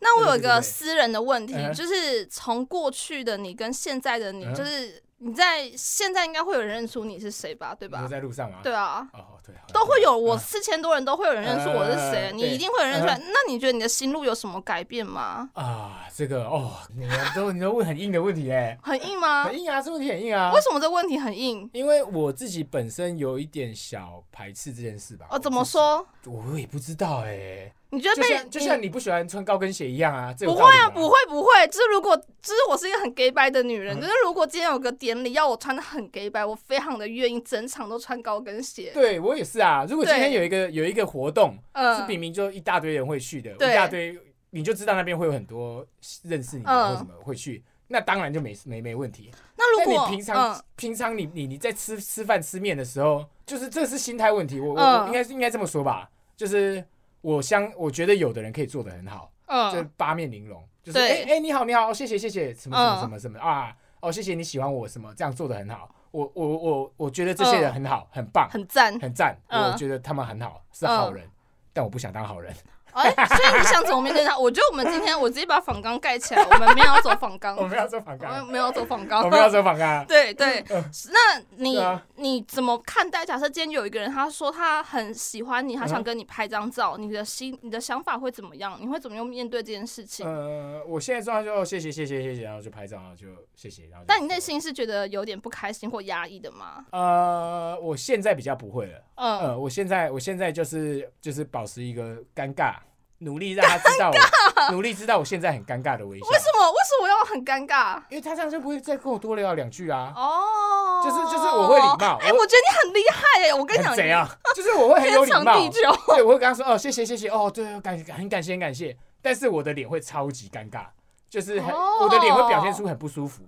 Speaker 1: 那我有一
Speaker 2: 对对对
Speaker 1: 个
Speaker 2: 对
Speaker 1: 私人的问题，
Speaker 2: 嗯
Speaker 1: 就是从过去的你跟现在的你，
Speaker 2: 嗯
Speaker 1: 就是你在现在应该会有人认出你是谁吧，对
Speaker 2: 你说
Speaker 1: 吧？
Speaker 2: 在路上吗？
Speaker 1: 对啊。
Speaker 2: 哦对，好像
Speaker 1: 都会有，我
Speaker 2: 嗯
Speaker 1: 四千多人都会有人认出我是谁，
Speaker 2: 嗯
Speaker 1: 你一定会有人认出来。那你觉得你的心路有什么改变吗？
Speaker 2: 啊，这个哦，你们都你都问很硬的问题哎，
Speaker 1: 很硬吗
Speaker 2: 很？硬啊，这问题很硬啊
Speaker 1: 为。什么这问题很硬？
Speaker 2: 因为我自己本身有一点小排斥这件事吧。
Speaker 1: 哦，
Speaker 2: 我
Speaker 1: 怎么
Speaker 2: 自己？
Speaker 1: 说？
Speaker 2: 我也不知道哎、
Speaker 1: 你觉得
Speaker 2: 就
Speaker 1: 被
Speaker 2: 像就像你不喜欢穿高跟鞋一样啊，这有
Speaker 1: 不
Speaker 2: 道
Speaker 1: 会
Speaker 2: 理
Speaker 1: 啊，
Speaker 2: 吗
Speaker 1: 不会不会，就是如果就是我是一个很 gay 白的女人，
Speaker 2: 嗯
Speaker 1: 就是如果今天有个典礼要我穿的很 gay 白，我非常的愿意整场都穿高跟鞋。
Speaker 2: 对我也是啊。如果今天
Speaker 1: 对
Speaker 2: 有一个有一个活动，
Speaker 1: 嗯，
Speaker 2: 是明明就一大堆人会去的，
Speaker 1: 对
Speaker 2: 一大堆，你就知道那边会有很多认识你的
Speaker 1: 嗯
Speaker 2: 人或什么会去，那当然就没没没问题。
Speaker 1: 那如
Speaker 2: 但
Speaker 1: 果
Speaker 2: 你平常、
Speaker 1: 嗯
Speaker 2: 平常你你你在吃吃饭吃面的时候，就是这是心态问题。我我、
Speaker 1: 嗯
Speaker 2: 我应该是应该这么说吧，就是我相我觉得有的人可以做的很好，就
Speaker 1: 嗯
Speaker 2: 是八面玲珑，就是哎
Speaker 1: 对
Speaker 2: 哎、欸你好你好，哦谢谢谢谢什么什
Speaker 1: 嗯
Speaker 2: 么什么什么、啊哦谢谢你喜欢我什么这样做的很好，我我我我觉得这些人很好、很棒
Speaker 1: 嗯很赞，
Speaker 2: 很赞，
Speaker 1: 嗯
Speaker 2: 我觉得他们很好是好人，但我不想当好人。
Speaker 1: 哎、所以你想怎么面对他？我觉得我们今天我直接把仿钢盖 起来，我们没有要走仿钢，
Speaker 2: 我
Speaker 1: 我
Speaker 2: 们要做
Speaker 1: 们
Speaker 2: 反抗，
Speaker 1: 没有要走仿
Speaker 2: 我
Speaker 1: 钢
Speaker 2: 们。要做 反抗。
Speaker 1: 对对，那你、
Speaker 2: 嗯对啊
Speaker 1: 你怎么看待？假设今天有一个人，他说他很喜欢你，他想
Speaker 2: 嗯
Speaker 1: 跟你拍张照，你的心、你的想法会怎么样？你会怎么样面对这件事情？
Speaker 2: 呃，我现在状态就哦谢谢谢谢谢谢，然后就拍照，然后就谢谢，然后就
Speaker 1: 但你内心是觉得有点不开心或压抑的吗？
Speaker 2: 呃，我现在比较不会了。
Speaker 1: 嗯，
Speaker 2: 呃，我现在我现在就是就是保持一个尴尬，努力让他知道我，努力知道我现在很尴尬的微笑。
Speaker 1: 为什么？为什么要很尴尬？
Speaker 2: 因为他这样就不会再跟我多聊两句啊。
Speaker 1: 哦，
Speaker 2: 就是就是我会礼貌
Speaker 1: 哎、
Speaker 2: 我
Speaker 1: 我觉得你很厉害哎、我跟你讲，
Speaker 2: 很怎啊样？就是我会很哎有
Speaker 1: 天
Speaker 2: 礼
Speaker 1: 长
Speaker 2: 貌，
Speaker 1: 地久。
Speaker 2: 对，我会跟他说哦，谢谢谢谢哦，对，感很感谢很感谢，但是我的脸会超级尴尬，就是很、
Speaker 1: 哦
Speaker 2: 我的脸会表现出很不舒服，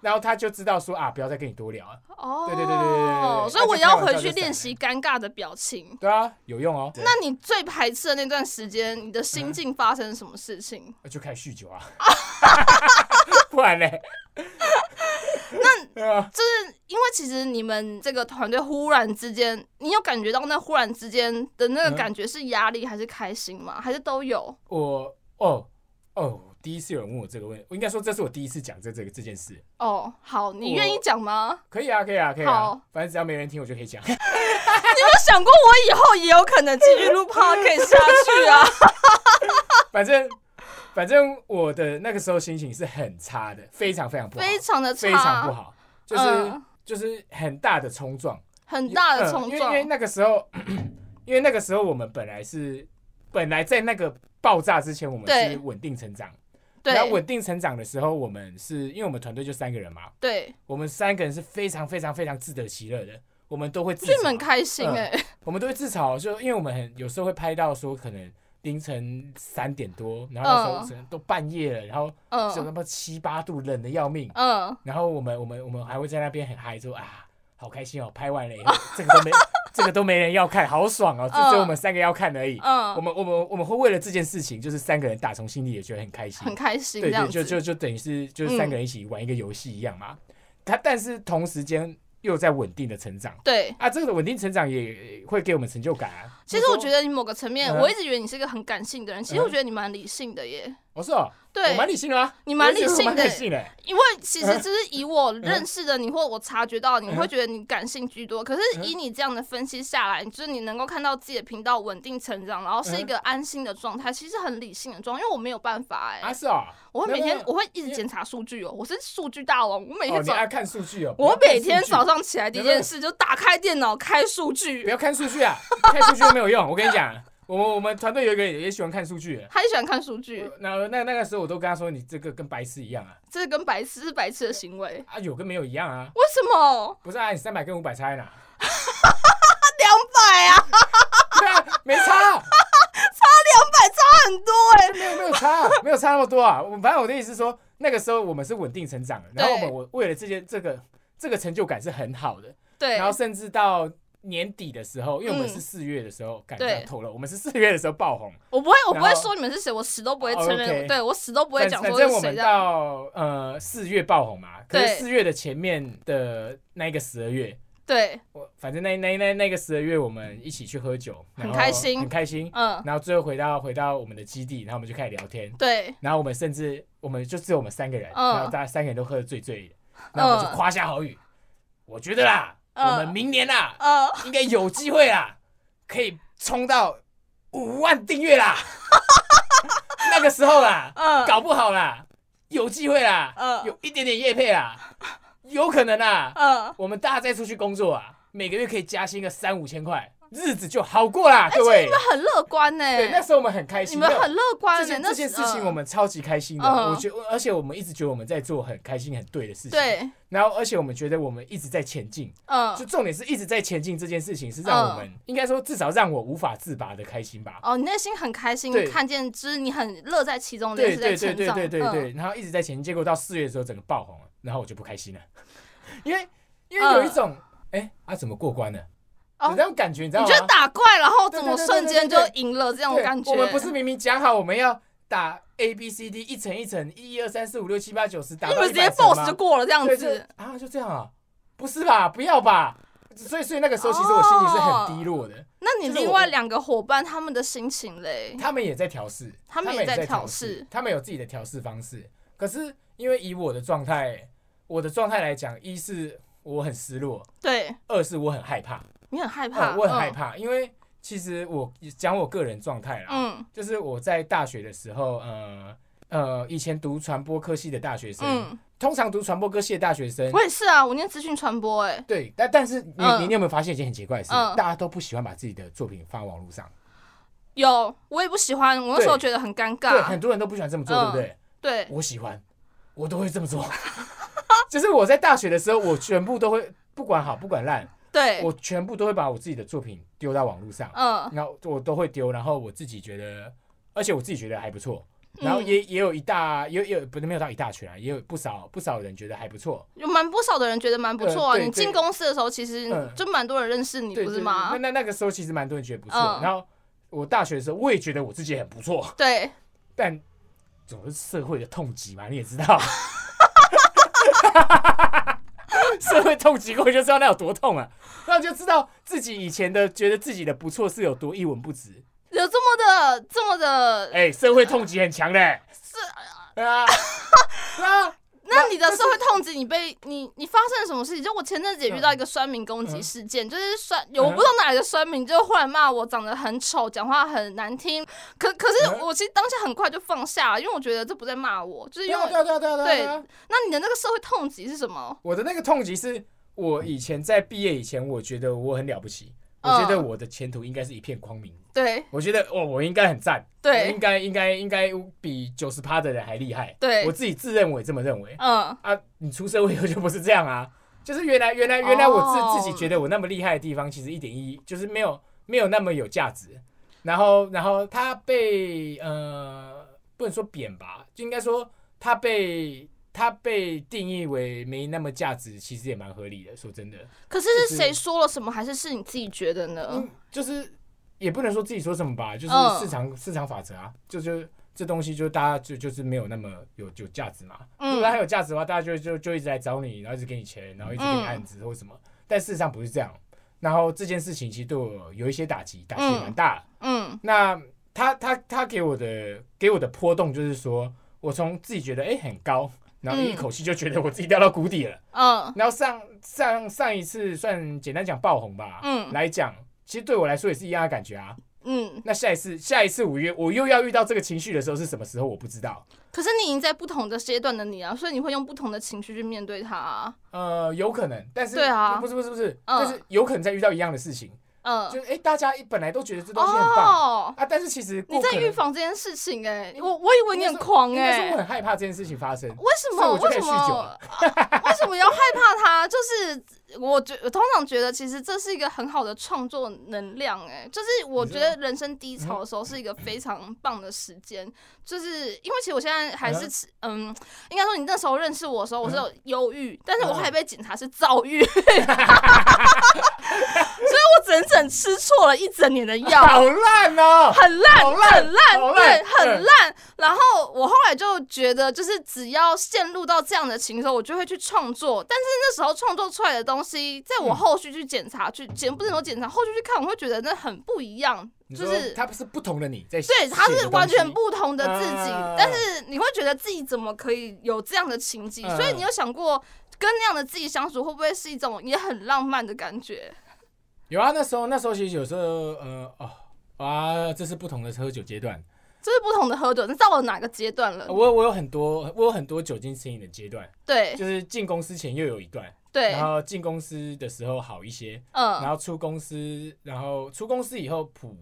Speaker 2: 然后他就知道说啊，不要再跟你多聊了。
Speaker 1: 哦，
Speaker 2: 对对对对对对对
Speaker 1: 所以我也要回去练习尴尬的表情。
Speaker 2: 对啊，有用哦。
Speaker 1: 那你最排斥的那段时间，你的心境发生什么事情？
Speaker 2: 那就开始酗酒啊， 不然嘞？ 那啊，
Speaker 1: 因为其实你们这个团队忽然之间，你有感觉到那忽然之间的那个
Speaker 2: 嗯
Speaker 1: 感觉是压力还是开心吗？还是都有？
Speaker 2: 我哦哦，第一次有人问我这个问我应该说这是我第一次讲这这个这件事。
Speaker 1: 哦，好，你
Speaker 2: 我
Speaker 1: 愿意讲吗？
Speaker 2: 可以啊，可以啊，可以
Speaker 1: 好
Speaker 2: 啊，反正只要没人听，我就可以讲。
Speaker 1: 你有没有想过我以后也有可能继续录 podcast 下去啊？
Speaker 2: 反正反正我的那个时候心情是很差的，非常非 常不好，
Speaker 1: 非常的差，
Speaker 2: 非常不，好，就是、
Speaker 1: 嗯
Speaker 2: 就是很大的冲撞，
Speaker 1: 很大的
Speaker 2: 嗯
Speaker 1: 冲
Speaker 2: 因为因为
Speaker 1: 撞。
Speaker 2: 那个时候，因为那个时候我们本来是本来在那个爆炸之前，我们
Speaker 1: 对
Speaker 2: 是稳定成长。
Speaker 1: 对
Speaker 2: 然后稳定成长的时候，我们是因为我们团队就三个人嘛，
Speaker 1: 对，
Speaker 2: 我们三个人是非常非常非常自得其乐的，我们都会自
Speaker 1: 所以你们很
Speaker 2: 嘲，
Speaker 1: 开心
Speaker 2: 嗯
Speaker 1: 哎、
Speaker 2: 我们都会自嘲，就因为我们很有时候会拍到说可能凌晨三点多，然后那时候
Speaker 1: 嗯
Speaker 2: 可能都半夜了，然后就那
Speaker 1: 嗯
Speaker 2: 么七八度，冷的要命，
Speaker 1: 嗯，
Speaker 2: 然后我们我们我们还会在那边很嗨，说啊好开心哦，拍完了以 后这个都没这个都没人要看，好爽哦，
Speaker 1: 嗯
Speaker 2: 只只有我们三个要看而已。
Speaker 1: 嗯
Speaker 2: 我们我们我们会为了这件事情，就是三个人打从心里也觉得很开心，
Speaker 1: 很开心这
Speaker 2: 对
Speaker 1: 样
Speaker 2: 对，
Speaker 1: 子，
Speaker 2: 就就就等于是
Speaker 1: 嗯
Speaker 2: 就是三个人一起玩一个游戏一样嘛。他但是同时间又在稳定的成长
Speaker 1: 对。
Speaker 2: 啊，这个稳定成长也会给我们成就感啊。
Speaker 1: 其实我觉得你某个层面，
Speaker 2: 嗯
Speaker 1: 我一直以为你是一个很感性的人，其实
Speaker 2: 嗯
Speaker 1: 我觉得你蛮理性的耶。
Speaker 2: 我说哦
Speaker 1: 对
Speaker 2: 我，蛮理性的啊，
Speaker 1: 你蛮
Speaker 2: 我觉得我
Speaker 1: 理性的欸
Speaker 2: 蛮理性嗯的。
Speaker 1: 因为其实就是以我认识的你，或我察觉到你，
Speaker 2: 嗯
Speaker 1: 我会觉得你感性居多。可是以你这样的分析下来，就是你能够看到自己的频道稳定成长，然后
Speaker 2: 嗯
Speaker 1: 是一个安心的状态，其实很理性的状态。因为我没有办法
Speaker 2: 啊
Speaker 1: 哎，
Speaker 2: 是哦，
Speaker 1: 我会每天
Speaker 2: 那
Speaker 1: 我会一直检查数据哦，我是数据大王，我每
Speaker 2: 哦
Speaker 1: 天
Speaker 2: 你
Speaker 1: 早
Speaker 2: 爱看数据哦，
Speaker 1: 我
Speaker 2: 不要看
Speaker 1: 每天
Speaker 2: 数据
Speaker 1: 早上起来第一件事就打开电脑开数
Speaker 2: 不
Speaker 1: 据，
Speaker 2: 要看数据啊，看数据都没有用。我跟你讲，我们我们团队有一个也喜欢看数据的。
Speaker 1: 他也喜欢看数据，
Speaker 2: 那那那个时候我都跟他说，你这个跟白痴一样啊，
Speaker 1: 这是跟白痴是白痴的行为。
Speaker 2: 啊有跟没有一样啊，
Speaker 1: 为什么
Speaker 2: 不是啊，你三百跟五百差在哪？
Speaker 1: 两百啊？
Speaker 2: 对啊，没差啊，
Speaker 1: 两百差很多哎、
Speaker 2: 没有没有差啊，没有差那么多啊。我们反正我的意思是说，那个时候我们是稳定成长的，然后我
Speaker 1: 对
Speaker 2: 们我为了这件这个这个成就感是很好的，
Speaker 1: 对
Speaker 2: 然，后甚至到年底的时候，因为我们是
Speaker 1: 嗯
Speaker 2: 四月的时候，感
Speaker 1: 对
Speaker 2: 觉透露，我们是四月的时候爆红。
Speaker 1: 我不会，我不会
Speaker 2: 然后
Speaker 1: 说你们是谁，我死都不会
Speaker 2: 哦
Speaker 1: 承认。
Speaker 2: OK
Speaker 1: 对我死都不会
Speaker 2: 反
Speaker 1: 讲
Speaker 2: 反
Speaker 1: 说
Speaker 2: 正我
Speaker 1: 是谁
Speaker 2: 们
Speaker 1: 的。
Speaker 2: 到呃四月爆红嘛，可
Speaker 1: 对
Speaker 2: 是四月的前面的那一个十二月，
Speaker 1: 对，
Speaker 2: 我反正那那那那个十二月我们一起去喝酒，
Speaker 1: 很
Speaker 2: 然后
Speaker 1: 开心
Speaker 2: 很开心。
Speaker 1: 嗯，
Speaker 2: 然后最后回到回到我们的基地，然后我们就开始聊天，
Speaker 1: 对，
Speaker 2: 然后我们甚至我们就只有我们三个人，
Speaker 1: 嗯
Speaker 2: 然后大家三个人都喝得醉醉的，然后我们
Speaker 1: 嗯
Speaker 2: 就夸下好语，我觉得啦，
Speaker 1: 嗯
Speaker 2: 我们明年啦，
Speaker 1: 呃，
Speaker 2: 应该有机会啦，可以冲到五万订阅 啦，那个时候啦，
Speaker 1: 嗯
Speaker 2: 搞不好啦，有机会啦，
Speaker 1: 嗯
Speaker 2: 有一点点业配啦，有可能啦，
Speaker 1: 呃，
Speaker 2: 我们大家再出去工作啊，每个月可以加薪个三五千块，日子就好过啦，各位。
Speaker 1: 哎很乐观呢、
Speaker 2: 对，那时候我们很开
Speaker 1: 你
Speaker 2: 心，
Speaker 1: 们
Speaker 2: 没有
Speaker 1: 很乐
Speaker 2: 这
Speaker 1: 观呢、
Speaker 2: 件
Speaker 1: 那
Speaker 2: 这件
Speaker 1: 是
Speaker 2: 事情
Speaker 1: 嗯
Speaker 2: 我们超级开心的，
Speaker 1: 嗯
Speaker 2: 我觉得，而且我们一直觉得我们在做很开心、很对的事情。，
Speaker 1: 对，
Speaker 2: 然后而且我们觉得我们一直在前进，
Speaker 1: 嗯
Speaker 2: 就，重点是一直在前进这件事情是让我们、应该说至少让我无法自拔的开心吧。
Speaker 1: 哦，你内心很开心，
Speaker 2: 对
Speaker 1: 你看见之你很乐在其中，
Speaker 2: 对
Speaker 1: 你也
Speaker 2: 对
Speaker 1: 是在
Speaker 2: 对
Speaker 1: 成
Speaker 2: 对
Speaker 1: 长。
Speaker 2: 对对
Speaker 1: 嗯
Speaker 2: 对，然后一直在前进，结果到四月的时候整个爆红了，然后我就不开心了， 因为因为有一种哎、啊怎么过关了，
Speaker 1: 嗯哦
Speaker 2: 有那种感觉你知道
Speaker 1: 你
Speaker 2: 吗？
Speaker 1: 觉得打怪，然后
Speaker 2: 对
Speaker 1: 怎
Speaker 2: 对
Speaker 1: 么
Speaker 2: 对对
Speaker 1: 瞬间就
Speaker 2: 对对
Speaker 1: 赢了这种
Speaker 2: 对
Speaker 1: 感觉？
Speaker 2: 我们不是明明讲好我们要打 A B C D 一层一层一一二三四五六七八九十打
Speaker 1: 你
Speaker 2: 到
Speaker 1: 们
Speaker 2: 一
Speaker 1: 直接
Speaker 2: 百层
Speaker 1: boss
Speaker 2: 吗
Speaker 1: 就？过了这样
Speaker 2: 对，就
Speaker 1: 子。
Speaker 2: 啊就这样啊？不是吧？不要吧？所以所以那个时候其实我心情是很低落的，
Speaker 1: 那你
Speaker 2: 就是
Speaker 1: 另
Speaker 2: 我
Speaker 1: 外两个伙伴他们的心情嘞？
Speaker 2: 他们也在调试，
Speaker 1: 他们也
Speaker 2: 也
Speaker 1: 在
Speaker 2: 在
Speaker 1: 调试
Speaker 2: 试，他们有自己的调试方式。可是因为以我的状态，我的状态来讲，一是我很失落，
Speaker 1: 对
Speaker 2: 二是我很害怕，
Speaker 1: 你很害怕，
Speaker 2: 嗯我很
Speaker 1: 嗯
Speaker 2: 害。怕，因为其实我讲我个人状态啦，
Speaker 1: 嗯
Speaker 2: 就是我在大学的时候，呃呃，以前读传播科系的大学生，
Speaker 1: 嗯，
Speaker 2: 通常读传播科系的大学生
Speaker 1: 我，也是啊，我念资讯传播、哎，
Speaker 2: 对，但但是你、
Speaker 1: 嗯
Speaker 2: 你你有没有发现一件很奇怪的事？
Speaker 1: 嗯
Speaker 2: 大家都不喜欢把自己的作品发网络上，
Speaker 1: 有，我也不喜欢，我那时候觉得很尴
Speaker 2: 对，
Speaker 1: 尬
Speaker 2: 很。多人都不喜欢这么做，
Speaker 1: 啊嗯
Speaker 2: 对不对？
Speaker 1: 对，
Speaker 2: 我喜欢，我都会这么做。 就是我在大学的时候，我全部都会，不管好不管烂，
Speaker 1: 对，
Speaker 2: 我全部都会把我自己的作品丢到网络上，
Speaker 1: 嗯，
Speaker 2: 然后我都会丢，然后我自己觉得，而且我自己觉得还不错，
Speaker 1: 嗯
Speaker 2: 然后也也有一大，也有也有不是没有到一大群啊，也有不少不少人觉得还不错，
Speaker 1: 有蛮不少的人觉得蛮不错啊。
Speaker 2: 嗯对
Speaker 1: 你进
Speaker 2: 对
Speaker 1: 公司的时候，其实
Speaker 2: 嗯
Speaker 1: 就蛮多人认识你，
Speaker 2: 对
Speaker 1: 不是
Speaker 2: 对
Speaker 1: 吗
Speaker 2: 那？那那个时候其实蛮多人觉得不错，
Speaker 1: 嗯
Speaker 2: 然后我大学的时候我也觉得我自己很不错，
Speaker 1: 对，
Speaker 2: 但总是社会的痛击嘛，你也知道， 社会痛击过就知道那有多痛啊，那就知道自己以前的觉得自己的不错是有多一文不值。
Speaker 1: 有这么的这么的，
Speaker 2: 哎、社会痛击很强的、
Speaker 1: 是
Speaker 2: 对啊， 对啊，
Speaker 1: 那你的社会痛击，你被你你发生了什么事情？就我前阵子
Speaker 2: 啊
Speaker 1: 也遇到一个酸民攻击事件，
Speaker 2: 嗯
Speaker 1: 就是酸有我不知道哪里的酸民，就忽然骂我长得很丑，讲话很难听。可可是
Speaker 2: 嗯
Speaker 1: 我其实当下很快就放下了，因为我觉得这不在骂我，就是
Speaker 2: 对
Speaker 1: 因
Speaker 2: 啊，
Speaker 1: 为
Speaker 2: 对啊，对啊，对啊，对啊。
Speaker 1: 那你的那个社会痛击是什么？
Speaker 2: 我的那个痛击是我以前在毕业以前，我觉得我很了不起，我
Speaker 1: 嗯
Speaker 2: 觉得我的前途应该是一片光明，
Speaker 1: 对
Speaker 2: 我觉得哦，我应该很赞，我应
Speaker 1: 对，
Speaker 2: 该应该应该比九十趴的人还厉害，
Speaker 1: 对
Speaker 2: 我自己自认为这么认为
Speaker 1: 嗯
Speaker 2: 啊。你出社会以后就不是这样啊， 就是原来原来原来我自、
Speaker 1: 哦
Speaker 2: 自己觉得我那么厉害的地方，其实一点意义就是没有没有那么有价值。然后然后他被呃不能说贬吧，就应该说他被他被定义为没那么价值，其实也蛮合理的。说真的，
Speaker 1: 可是
Speaker 2: 就是
Speaker 1: 是谁说了什么，还是是你自己觉得呢
Speaker 2: 嗯？，就是也不能说自己说什么吧，就是
Speaker 1: 嗯
Speaker 2: 市场、市场法则啊，就就这东西就大家就就是没有那么有有价值嘛。
Speaker 1: 嗯
Speaker 2: 如果它有价值的话，大家就就就一直来找你，然后一直给你钱，然后一直给你
Speaker 1: 嗯
Speaker 2: 案子或什么。但事实上不是这样。然后这件事情其实对我有一些打击，打击也蛮大的。
Speaker 1: 嗯
Speaker 2: 那他他他给我的给我的波动就是说，我从自己觉得哎、诶很高，然
Speaker 1: 嗯
Speaker 2: 后一口气就觉得我自己掉到谷底了。
Speaker 1: 嗯
Speaker 2: 然后上上上一次算简单讲爆红吧，
Speaker 1: 嗯
Speaker 2: 来讲，其实对我来说也是一样的感觉啊。
Speaker 1: 嗯。
Speaker 2: 那下一次，下一次五月我又要遇到这个情绪的时候是什么时候？我不知道。
Speaker 1: 可是你已经在不同的阶段的你啊，所以你会用不同的情绪去面对它、啊。
Speaker 2: 呃，有可能，但是
Speaker 1: 对啊
Speaker 2: 不是不是不是，
Speaker 1: 嗯
Speaker 2: 但是有可能再遇到一样的事情，
Speaker 1: 嗯，
Speaker 2: 就是哎、诶大家本来都觉得这东西很棒、
Speaker 1: 哦，
Speaker 2: 啊，但是其实
Speaker 1: 你
Speaker 2: 过
Speaker 1: 在
Speaker 2: 可能
Speaker 1: 预防这件事情哎、我我以为你很狂
Speaker 2: 应该
Speaker 1: 哎、
Speaker 2: 是我很害怕这件事情发生。
Speaker 1: 为什么？
Speaker 2: 所以我就
Speaker 1: 为
Speaker 2: 可以
Speaker 1: 什
Speaker 2: 酗酒
Speaker 1: 么啊
Speaker 2: 了？
Speaker 1: 为什么要害怕它？就是我觉，我通常觉得其实这是一个很好的创作能量、哎，就是我觉得人生低潮的时候是一个非常棒的时间，就是因为其实我现在还是持嗯，应该说你那时候认识我的时候，
Speaker 2: 嗯
Speaker 1: 我是 有忧郁，但是我还被检查是躁郁，所以我吃错了一整年的药
Speaker 2: 好。烂哦！
Speaker 1: 很烂，
Speaker 2: 好烂
Speaker 1: 很烂，
Speaker 2: 好
Speaker 1: 对
Speaker 2: 烂，
Speaker 1: 很
Speaker 2: 嗯
Speaker 1: 烂。然后我后来就觉得，就是只要陷入到这样的情的时候，我就会去创作。但是那时候创作出来的东西，在我
Speaker 2: 嗯
Speaker 1: 后续去检查、去检不是说检查，后续去看，我会觉得那很不一样，
Speaker 2: 你
Speaker 1: 就
Speaker 2: 说
Speaker 1: 是
Speaker 2: 他不是不同的你在写
Speaker 1: 对，
Speaker 2: 的东西，
Speaker 1: 他是完全不同的自己，
Speaker 2: 啊
Speaker 1: 但是你会觉得自己怎么可以有这样的情景？
Speaker 2: 嗯
Speaker 1: 所以你有想过跟那样的自己相处，会不会是一种也很浪漫的感觉？
Speaker 2: 有啊。那时候那时候其实有时候呃哦啊，这是不同的喝酒阶段。
Speaker 1: 就是不同的喝酒，你知道我哪个阶段了？
Speaker 2: 我我有很多我有很多酒精成瘾的阶段，
Speaker 1: 对
Speaker 2: 就是进公司前又有一段，
Speaker 1: 对
Speaker 2: 然，后进公司的时候好一些，然
Speaker 1: 嗯
Speaker 2: 后出公司，然后出公司以后普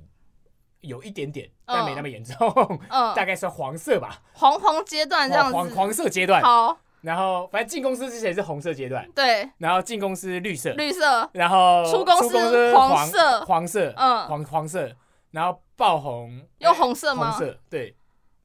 Speaker 2: 有一点点，
Speaker 1: 嗯
Speaker 2: 但没那么严重，大
Speaker 1: 嗯，
Speaker 2: 概算黄色吧，哦
Speaker 1: 黄黄阶段这样
Speaker 2: 黄黄
Speaker 1: 子，
Speaker 2: 黄色阶段。
Speaker 1: 好，
Speaker 2: 然后反正进公司之前是红色阶段，
Speaker 1: 对，
Speaker 2: 然后进公司绿色，
Speaker 1: 绿色，
Speaker 2: 然后
Speaker 1: 出公司黄
Speaker 2: 黄
Speaker 1: 色
Speaker 2: 黄色，
Speaker 1: 嗯
Speaker 2: 黄黄色，然后爆红，
Speaker 1: 有红色
Speaker 2: 红
Speaker 1: 吗？
Speaker 2: 色，对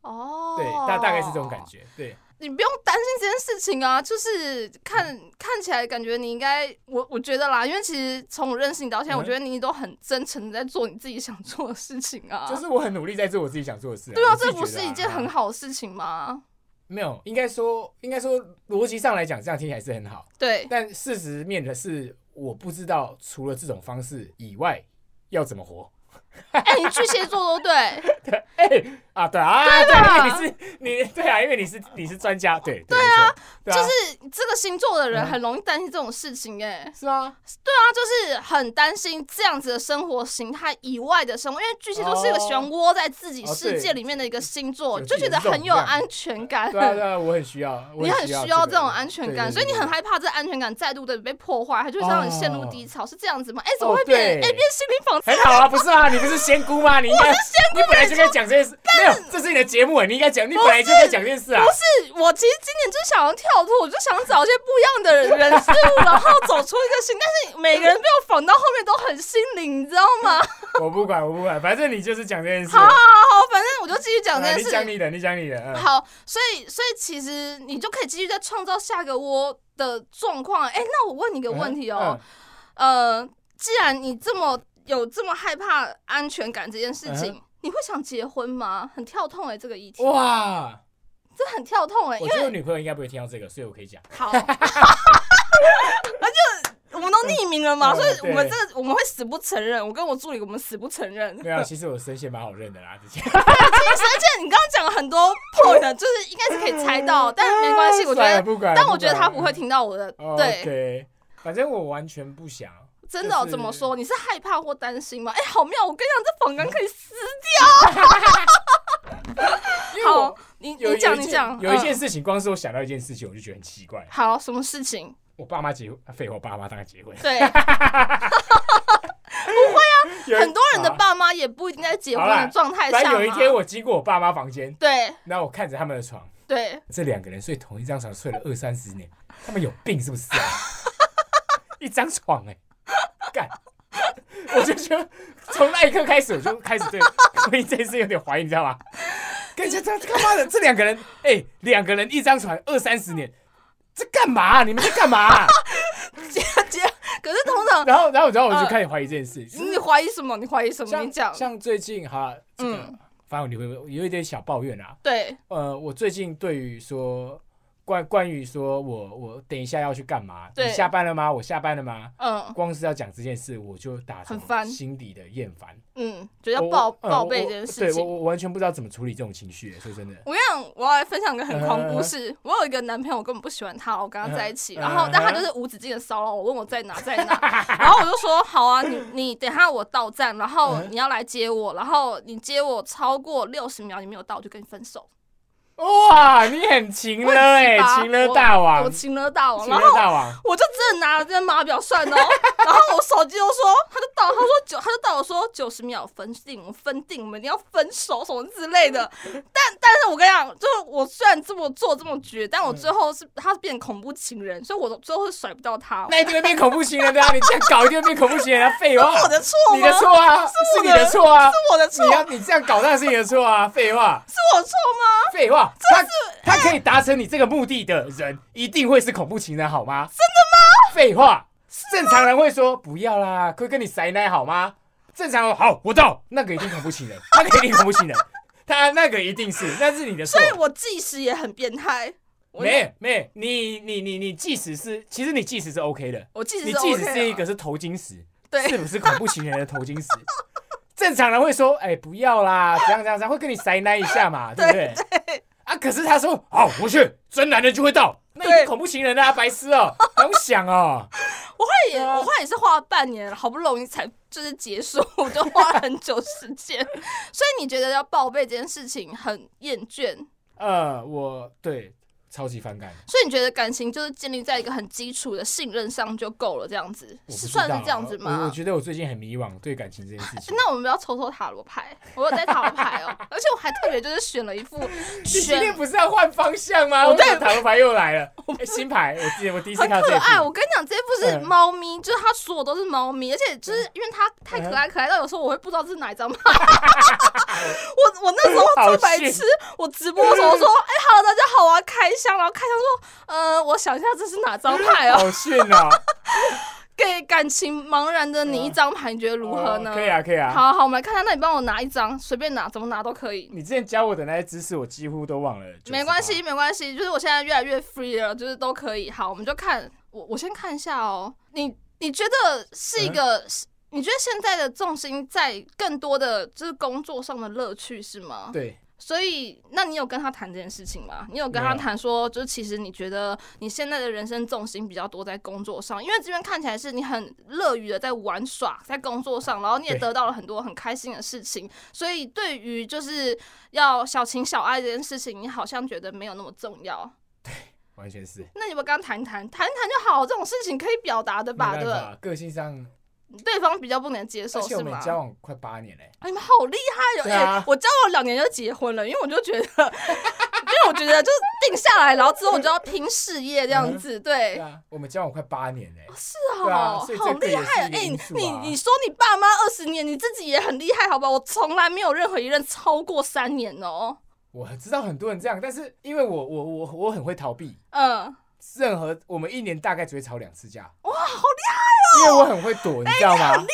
Speaker 1: 哦，
Speaker 2: 对，大大概是这种感。觉，对，
Speaker 1: 你不用担心这件事情啊，就是看
Speaker 2: 嗯
Speaker 1: 看起来感觉你应该，我我觉得啦，因为其实从我认识你到现在，
Speaker 2: 嗯
Speaker 1: 我觉得你都很真诚的在做你自己想做的事情啊。
Speaker 2: 就是我很努力在做我自己想做的事、
Speaker 1: 对啊，
Speaker 2: 我自己
Speaker 1: 这不
Speaker 2: 觉得
Speaker 1: 是
Speaker 2: 啊
Speaker 1: 一件很好的事情吗？
Speaker 2: 没有，应该说应该说逻辑上来讲，这样听起来是很好，
Speaker 1: 对，
Speaker 2: 但事实面的是，我不知道除了这种方式以外要怎么活。
Speaker 1: 哎、你巨蟹座都对，
Speaker 2: 哎、啊，对啊，对
Speaker 1: 吧
Speaker 2: 因为你是你对啊，因 为你是你是专家，对对啊，没错对啊，
Speaker 1: 就是这个星座的人
Speaker 2: 嗯
Speaker 1: 很容易担心这种事情、哎，
Speaker 2: 是吗？
Speaker 1: 他就是很担心这样子的生活形态以外的生活，因为巨蟹座是一个喜欢窝在自己
Speaker 2: 哦哦
Speaker 1: 世界
Speaker 2: 对
Speaker 1: 里面的一个星座，
Speaker 2: 有
Speaker 1: 就觉得很有
Speaker 2: 有自己的梦
Speaker 1: 安全感。
Speaker 2: 对啊对啊，我很需要，我
Speaker 1: 你很需
Speaker 2: 需
Speaker 1: 要
Speaker 2: 个
Speaker 1: 这种安全感，
Speaker 2: 对对
Speaker 1: 所以你
Speaker 2: 对
Speaker 1: 很
Speaker 2: 对
Speaker 1: 害怕这安全感再度的被破坏，它就会让你陷入低潮，是这样子吗？哎、怎么
Speaker 2: 哦
Speaker 1: 会变？哎、
Speaker 2: 对
Speaker 1: 变心灵访谈，
Speaker 2: 很好啊，不是啊，你不是仙姑吗？你应该，你本来就该讲这件事，没有，这是你的节目，你应该讲，你本来就该讲这件事啊。
Speaker 1: 不是我其实今年就想要跳脱，我就想找一些不一样的人人事物，然后走出一个新。但是每个人被我访到后面都很心灵，你知道吗？
Speaker 2: 我不管，我不管，反正你就是讲这件事。
Speaker 1: 好好好好，反正我就继续讲这
Speaker 2: 啊
Speaker 1: 件
Speaker 2: 你
Speaker 1: 事
Speaker 2: 讲
Speaker 1: 情。
Speaker 2: 你的，你讲你的，嗯
Speaker 1: 好，所以所以其实你就可以继续再创造下个窝的状况。哎、那我问你一个问题哦、
Speaker 2: 嗯
Speaker 1: 呃，既然你这么有这么害怕安全感这件
Speaker 2: 嗯
Speaker 1: 事情，你会想结婚吗？很跳痛哎、欸，这个议题，
Speaker 2: 哇，
Speaker 1: 这很跳痛哎、欸，
Speaker 2: 我
Speaker 1: 因
Speaker 2: 觉得
Speaker 1: 为
Speaker 2: 我女朋友应该不会听到这个，所以我可以讲。
Speaker 1: 好，而且我们都匿名了嘛，
Speaker 2: 嗯
Speaker 1: 所以
Speaker 2: 对
Speaker 1: 我们这个我们会死不承认，我跟我助理我们死不承认。
Speaker 2: 没有，啊其实我声线蛮好认的啦，之前。
Speaker 1: 而且你刚刚讲了很多 point，就是应该是可以猜 到，但 没关系，我觉
Speaker 2: 算了
Speaker 1: 得，
Speaker 2: 不管。
Speaker 1: 但我觉得他
Speaker 2: 管嗯哦
Speaker 1: 不会。听到我的，对，
Speaker 2: 对，反正我完全不想。
Speaker 1: 真的哦
Speaker 2: 就是
Speaker 1: 怎么说？你是害怕或担心吗？哎，好妙！我跟你讲，这仿纲可以撕
Speaker 2: 因为
Speaker 1: 掉。
Speaker 2: 我
Speaker 1: 好，你
Speaker 2: 有
Speaker 1: 你讲，
Speaker 2: 有一
Speaker 1: 你
Speaker 2: 件
Speaker 1: 讲。
Speaker 2: 有一件
Speaker 1: 嗯
Speaker 2: 事情，光是我想到一件事情，我就觉得很奇怪。
Speaker 1: 好，什么事情？
Speaker 2: 我爸妈结婚，啊废话，我爸妈当然结婚。
Speaker 1: 对，
Speaker 2: 有一
Speaker 1: 很多人的
Speaker 2: 啊
Speaker 1: 爸妈也不应该结婚
Speaker 2: 好
Speaker 1: 的
Speaker 2: 啦
Speaker 1: 状态
Speaker 2: 反
Speaker 1: 下
Speaker 2: 正
Speaker 1: 嘛。
Speaker 2: 有一天我经过我爸妈房间，
Speaker 1: 对
Speaker 2: 然后我看着他们的床，
Speaker 1: 对，
Speaker 2: 这两个人睡同一张床睡了二三十年，他们有病是不是、啊？一张床哎、干！我就觉得从那一刻开始，我就开始对婚姻这件事有点怀疑，你知道吗？感觉这他妈的这两个人，哎、两个人一张床二三十年，这干嘛啊、你们在干嘛啊、
Speaker 1: 结结，可是通 常
Speaker 2: 然后，然后，然后我就开始怀疑这件事。
Speaker 1: 你怀疑什么？嗯你怀疑什么？你
Speaker 2: 像
Speaker 1: 讲。
Speaker 2: 像最近哈，这个、
Speaker 1: 嗯
Speaker 2: 反正我女朋友有一点小抱怨啊，
Speaker 1: 对
Speaker 2: 呃，我最近对于说关关于说我我等一下要去干嘛？
Speaker 1: 对
Speaker 2: 你下班了吗？我下班了吗？
Speaker 1: 嗯
Speaker 2: 光是要讲这件事，我就打
Speaker 1: 很
Speaker 2: 从
Speaker 1: 烦
Speaker 2: 心底的厌烦，
Speaker 1: 嗯，就要
Speaker 2: 我
Speaker 1: 报
Speaker 2: 呃
Speaker 1: 报
Speaker 2: 我
Speaker 1: 备这
Speaker 2: 我
Speaker 1: 件事
Speaker 2: 对
Speaker 1: 情。
Speaker 2: 我我完全不知道怎么处理这种情绪，说真的。
Speaker 1: 我跟你讲，我要来分享一个很狂故
Speaker 2: 嗯
Speaker 1: 事。我有一个男朋友，我根本不喜欢他，我跟他在一起，
Speaker 2: 嗯
Speaker 1: 然后
Speaker 2: 嗯
Speaker 1: 但他就是无止境的骚扰我，问我在哪在 哪，然后我就说好啊，你你等一下我到站，然后
Speaker 2: 嗯
Speaker 1: 你要来接我，然后你接我超过六十秒你没有到，我就跟你分手。
Speaker 2: 哇，你很勤了哎、
Speaker 1: 哦我很奇葩
Speaker 2: 勤了大
Speaker 1: 我
Speaker 2: 王，
Speaker 1: 情勒大王，
Speaker 2: 勤
Speaker 1: 然
Speaker 2: 了
Speaker 1: 后
Speaker 2: 大王，
Speaker 1: 我就真的拿了这码表算哦， 然后我手机就说，他就到，他说九，他就到我说九十秒分定，我们分定，我们一定要分手什么之类的。但但是我跟你讲，就是我虽然这么做这么绝，但我最后是他是变恐怖情人，所以我最后是甩不掉他。哦
Speaker 2: 那一定会变恐怖情人的啊！你这样搞一定会变恐怖情人啊！废话，
Speaker 1: 我的错
Speaker 2: 你
Speaker 1: 吗？
Speaker 2: 的
Speaker 1: 是
Speaker 2: 错啊，
Speaker 1: 我
Speaker 2: 是你
Speaker 1: 的
Speaker 2: 的错啊！
Speaker 1: 我的错，
Speaker 2: 你要你这样搞当然是你的错啊！废话，
Speaker 1: 是我错吗？
Speaker 2: 废话，他
Speaker 1: 哎
Speaker 2: 他可以达成你这个目的的人，一定会是恐怖情人，好吗？真的吗？废话，正常人会说不要啦，会跟你塞奶好吗？正常人好，我到那个一定恐 怖情人，那个一定恐怖情人，他那个一定是，那是你的错
Speaker 1: 所。以我计时也很变态。我
Speaker 2: 没没，你你你你即使是，其实你即使是 OK 的，
Speaker 1: 我计时
Speaker 2: 你
Speaker 1: 是
Speaker 2: 即
Speaker 1: OK
Speaker 2: 使
Speaker 1: 啊
Speaker 2: 是一个是头巾石，
Speaker 1: 对
Speaker 2: 是不是恐怖情人的头巾石？ 正常人会说，哎、不要啦，怎样怎样，怎样，会跟你塞奶一 下嘛，对不对？啊，可是他说，好，我去，真男人就会到，那
Speaker 1: 对
Speaker 2: 你恐怖情人啊，白痴哦、 不用想哦、
Speaker 1: 我后来也，我后来也是花了半年，好不容易才就是结束， 我就花了很久时间。所以你觉得要报备这件事情很厌倦？
Speaker 2: 呃，我对超级反感，
Speaker 1: 所以你觉得感情就是建立在一个很基础的信任上就够了，这样子
Speaker 2: 我不
Speaker 1: 是
Speaker 2: 知
Speaker 1: 算
Speaker 2: 道啊
Speaker 1: 是这样子
Speaker 2: 我我
Speaker 1: 吗？啊
Speaker 2: 觉得我最近很迷惘，对感情这件事情。
Speaker 1: 那我们不要抽抽塔罗牌，我有在塔罗牌哦，而且我还特别就是选了一副
Speaker 2: 你今天
Speaker 1: 选
Speaker 2: 不是要换方向吗？
Speaker 1: 我
Speaker 2: 为什
Speaker 1: 对
Speaker 2: 么塔罗牌又来 了，哎新牌，我记得我第一次
Speaker 1: 很
Speaker 2: 看到这
Speaker 1: 可
Speaker 2: 一
Speaker 1: 爱。
Speaker 2: 副
Speaker 1: 我跟你讲，这副是
Speaker 2: 嗯
Speaker 1: 猫咪，就是它所有都是猫咪，而且就是因为它太可
Speaker 2: 嗯
Speaker 1: 爱，可爱到有时候我会不知道这是哪一 张牌。 我我那时候超白
Speaker 2: 好
Speaker 1: 痴，我直播的时候说：“哎，Hello，大家好，我要开箱。”然后开箱说：“呃，我想一下这是哪张牌哦。
Speaker 2: 好炫哦！
Speaker 1: 给感情茫然的你一张牌，你觉得如何呢？
Speaker 2: 哦可以啊，可以啊。
Speaker 1: 好好，我们来看看，那你帮我拿一张，随便拿，怎么拿都可以。
Speaker 2: 你之前教我的那些知识，我几乎都忘了。
Speaker 1: 没关
Speaker 2: 啊
Speaker 1: 系，，没关系，就是我现在越来越 free 了，就是都可以。好，我们就看我，我先看一下哦。你你觉得是一个？是你觉得现在的重心在更多的就是工作上的乐趣是吗？
Speaker 2: 对，
Speaker 1: 所以，那你有跟他谈这件事情吗？你有跟他
Speaker 2: 没有
Speaker 1: 谈说，就是其实你觉得你现在的人生重心比较多在工作上，因为这边看起来是你很乐于的在玩耍，在工作上，然后你也
Speaker 2: 对
Speaker 1: 得到了很多很开心的事情，所以对于就是要小情小爱这件事情，你好像觉得没有那么重要。
Speaker 2: 完全是。
Speaker 1: 那你们刚谈一谈，谈一谈就好，这种事情可以表达的吧，
Speaker 2: 没
Speaker 1: 对
Speaker 2: 办
Speaker 1: 不
Speaker 2: 法，个性上，
Speaker 1: 对？对方比较不能接受
Speaker 2: 而且
Speaker 1: 是
Speaker 2: 我们
Speaker 1: 吗？
Speaker 2: 交往快八年嘞，
Speaker 1: 哎你们好厉害哟、
Speaker 2: 对啊
Speaker 1: 哎我交往两年就结婚了，因为我就觉得， 因为我觉得就是定下来，然后之后我就要拼事业这样子，对
Speaker 2: 对。啊，我们交往快八年嘞，
Speaker 1: 是
Speaker 2: 对
Speaker 1: 哦，
Speaker 2: 啊所以
Speaker 1: 好
Speaker 2: 这个
Speaker 1: 厉
Speaker 2: 也
Speaker 1: 害！
Speaker 2: 是一个
Speaker 1: 哎、
Speaker 2: 因
Speaker 1: 你
Speaker 2: 素啊
Speaker 1: 你你说你爸妈二十年，你自己也很厉害，好吧？我从来没有任何一任超过三年哦。
Speaker 2: 我知道很多人这样，但是因为我我我我很会逃避，
Speaker 1: 嗯，
Speaker 2: 任何我们一年大概只会吵两次架。哇，好厉害哦！因为我很会躲，你知道吗？很厉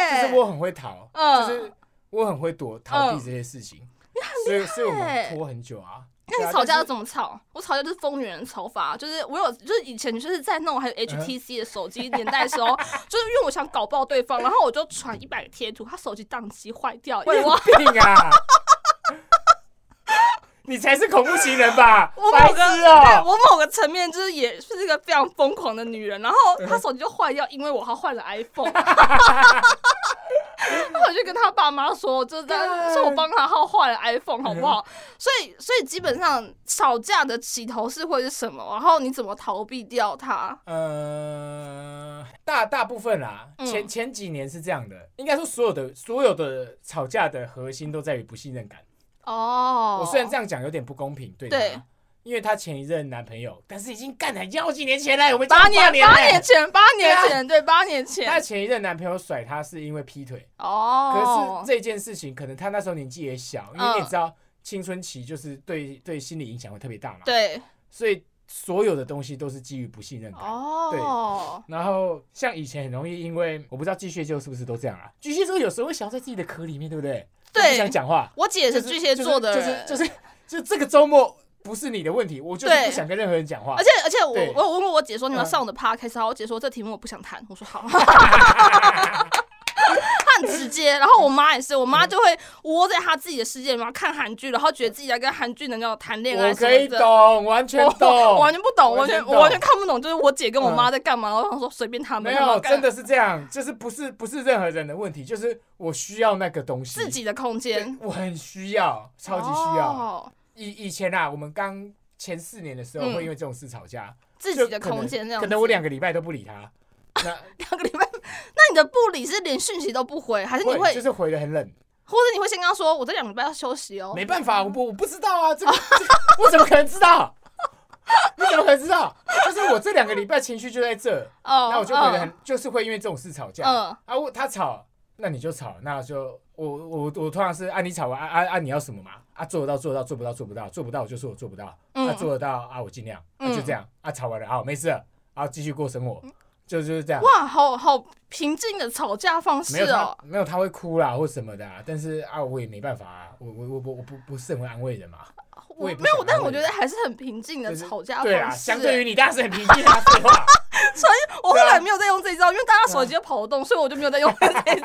Speaker 1: 哎
Speaker 2: 就是我很会逃，
Speaker 1: 嗯
Speaker 2: 就是我很会躲逃避这些事情。所以所以我们拖很久啊。
Speaker 1: 那
Speaker 2: 对啊
Speaker 1: 你吵架
Speaker 2: 但
Speaker 1: 要
Speaker 2: 是
Speaker 1: 怎么吵？我吵架就是疯女人的吵法，啊就是我有，就是以前就是在那种
Speaker 2: 嗯
Speaker 1: 还有 HTC 的手机年代的时候， 就是因为我想搞爆对方，然后我就传一百个贴图，他手机宕机坏 掉，因为我
Speaker 2: 你有病啊！你才是恐怖情人吧？
Speaker 1: 我
Speaker 2: 白
Speaker 1: 某
Speaker 2: 痴
Speaker 1: 个、对
Speaker 2: 哦、
Speaker 1: 我某个层面就是也是一个非常疯狂的女人，然后
Speaker 2: 嗯
Speaker 1: 她手机就坏掉，因为我还换了 iPhone。那我就跟他爸妈说，就是在
Speaker 2: 干
Speaker 1: 说我帮他号换了 iPhone 好不
Speaker 2: 嗯
Speaker 1: 好？所以所以基本上吵架的起头是会是什么？然后你怎么逃避掉它？
Speaker 2: 呃，大大部分啦，
Speaker 1: 嗯
Speaker 2: 前前几年是这样的，应该说所有的所有的吵架的核心都在于不信任感。
Speaker 1: 哦
Speaker 2: 我虽然这样讲有点不公平，对
Speaker 1: 对
Speaker 2: 他，因为她前一任男朋友，但是已经干了已经好几年前了，我们
Speaker 1: 八年
Speaker 2: 年年
Speaker 1: 八年
Speaker 2: 嘞。
Speaker 1: 前八年
Speaker 2: 对啊
Speaker 1: 前对八年
Speaker 2: 她
Speaker 1: 前
Speaker 2: 前一任男朋友甩她是因为劈腿，可
Speaker 1: 哦嗯
Speaker 2: 是，这件事情可能她那时候年纪也小，因为你也知道青春期就是对对心理影响会特别大嘛，
Speaker 1: 对
Speaker 2: 所以所有的东西都是基于不信任感。
Speaker 1: 哦，
Speaker 2: 然后像以前很容易，因为我不知道巨蟹座是不是都这样啊？巨蟹座有时候会想在自己的壳里面，对不对？
Speaker 1: 对
Speaker 2: 就不想讲话。
Speaker 1: 我姐是巨蟹座的人，
Speaker 2: 就是就是就是就这个周末不是你的问题，我就是
Speaker 1: 对
Speaker 2: 不想跟任何人讲话
Speaker 1: 而。且而且我
Speaker 2: 对
Speaker 1: 我有问过我姐说你们
Speaker 2: 嗯
Speaker 1: 上我的 podcast，然后我姐说这题目我不想谈，我说 好。她很直接，然后我妈也是，我妈就会窝在她自己的世界里面看韩剧，然后觉得自己在跟韩剧能够谈恋爱
Speaker 2: 我
Speaker 1: 什么
Speaker 2: 可以
Speaker 1: 的。
Speaker 2: 懂，完全
Speaker 1: 我
Speaker 2: 懂，
Speaker 1: 我 完全不懂，我完
Speaker 2: 完
Speaker 1: 全
Speaker 2: 全
Speaker 1: 我
Speaker 2: 懂嗯
Speaker 1: 完全看不懂，就是我姐跟我妈在干嘛。然后我想说随便他们，
Speaker 2: 没
Speaker 1: 他们
Speaker 2: 有，
Speaker 1: 要干
Speaker 2: 真的是这样，就是不是不是任何人的问题，就是我需要那个东西，
Speaker 1: 自己的空间，
Speaker 2: 我很需要，超级需要。
Speaker 1: 哦，
Speaker 2: 以以前啊，我们刚前四年的时候
Speaker 1: 嗯
Speaker 2: 会因为这种事吵架，
Speaker 1: 自
Speaker 2: 就
Speaker 1: 己的
Speaker 2: 可能
Speaker 1: 空间这样子。
Speaker 2: 可能我两个礼拜都不理他，那
Speaker 1: 两个礼拜，那你的不理是连讯息都不回，还是你会，
Speaker 2: 就是回的很冷，
Speaker 1: 或者你会先跟他说我这两个礼拜要休息哦？
Speaker 2: 没办法，我不我不知道啊，这个 这个我怎么可能知道？ 你怎么可能知道？就是我这两个礼拜情绪就在这，
Speaker 1: 哦，
Speaker 2: 那我就回的
Speaker 1: 嗯
Speaker 2: 很，就是会因为这种事吵架。
Speaker 1: 嗯
Speaker 2: 啊，我他吵，那你就吵，那就我我我通常是啊你吵啊啊啊你要什么嘛？啊做得到做得到做不到做不到做不到我就说我做不到，
Speaker 1: 嗯
Speaker 2: 啊做得到啊我尽量，啊
Speaker 1: 嗯
Speaker 2: 就这样啊吵完了好没事了，啊继续过生活，就就是这样。
Speaker 1: 哇，好好平静的吵架方
Speaker 2: 没
Speaker 1: 式
Speaker 2: 有
Speaker 1: 哦
Speaker 2: 他，。没有他会哭啦或什么的、啊，但是啊，我也没办法啊，我我我我我不不是很会安慰人嘛。
Speaker 1: 我
Speaker 2: 我也不
Speaker 1: 没有，
Speaker 2: 想
Speaker 1: 但
Speaker 2: 安
Speaker 1: 我
Speaker 2: 慰
Speaker 1: 觉得还是很平静的
Speaker 2: 就是
Speaker 1: 吵架方式。欸
Speaker 2: 对啊，相对于你，当然是很平静 啊，废话。
Speaker 1: 我后
Speaker 2: 对啊嗯
Speaker 1: 来没有再用这一招，因为大家手机都跑得动，所以我就没有再用 这一招，因为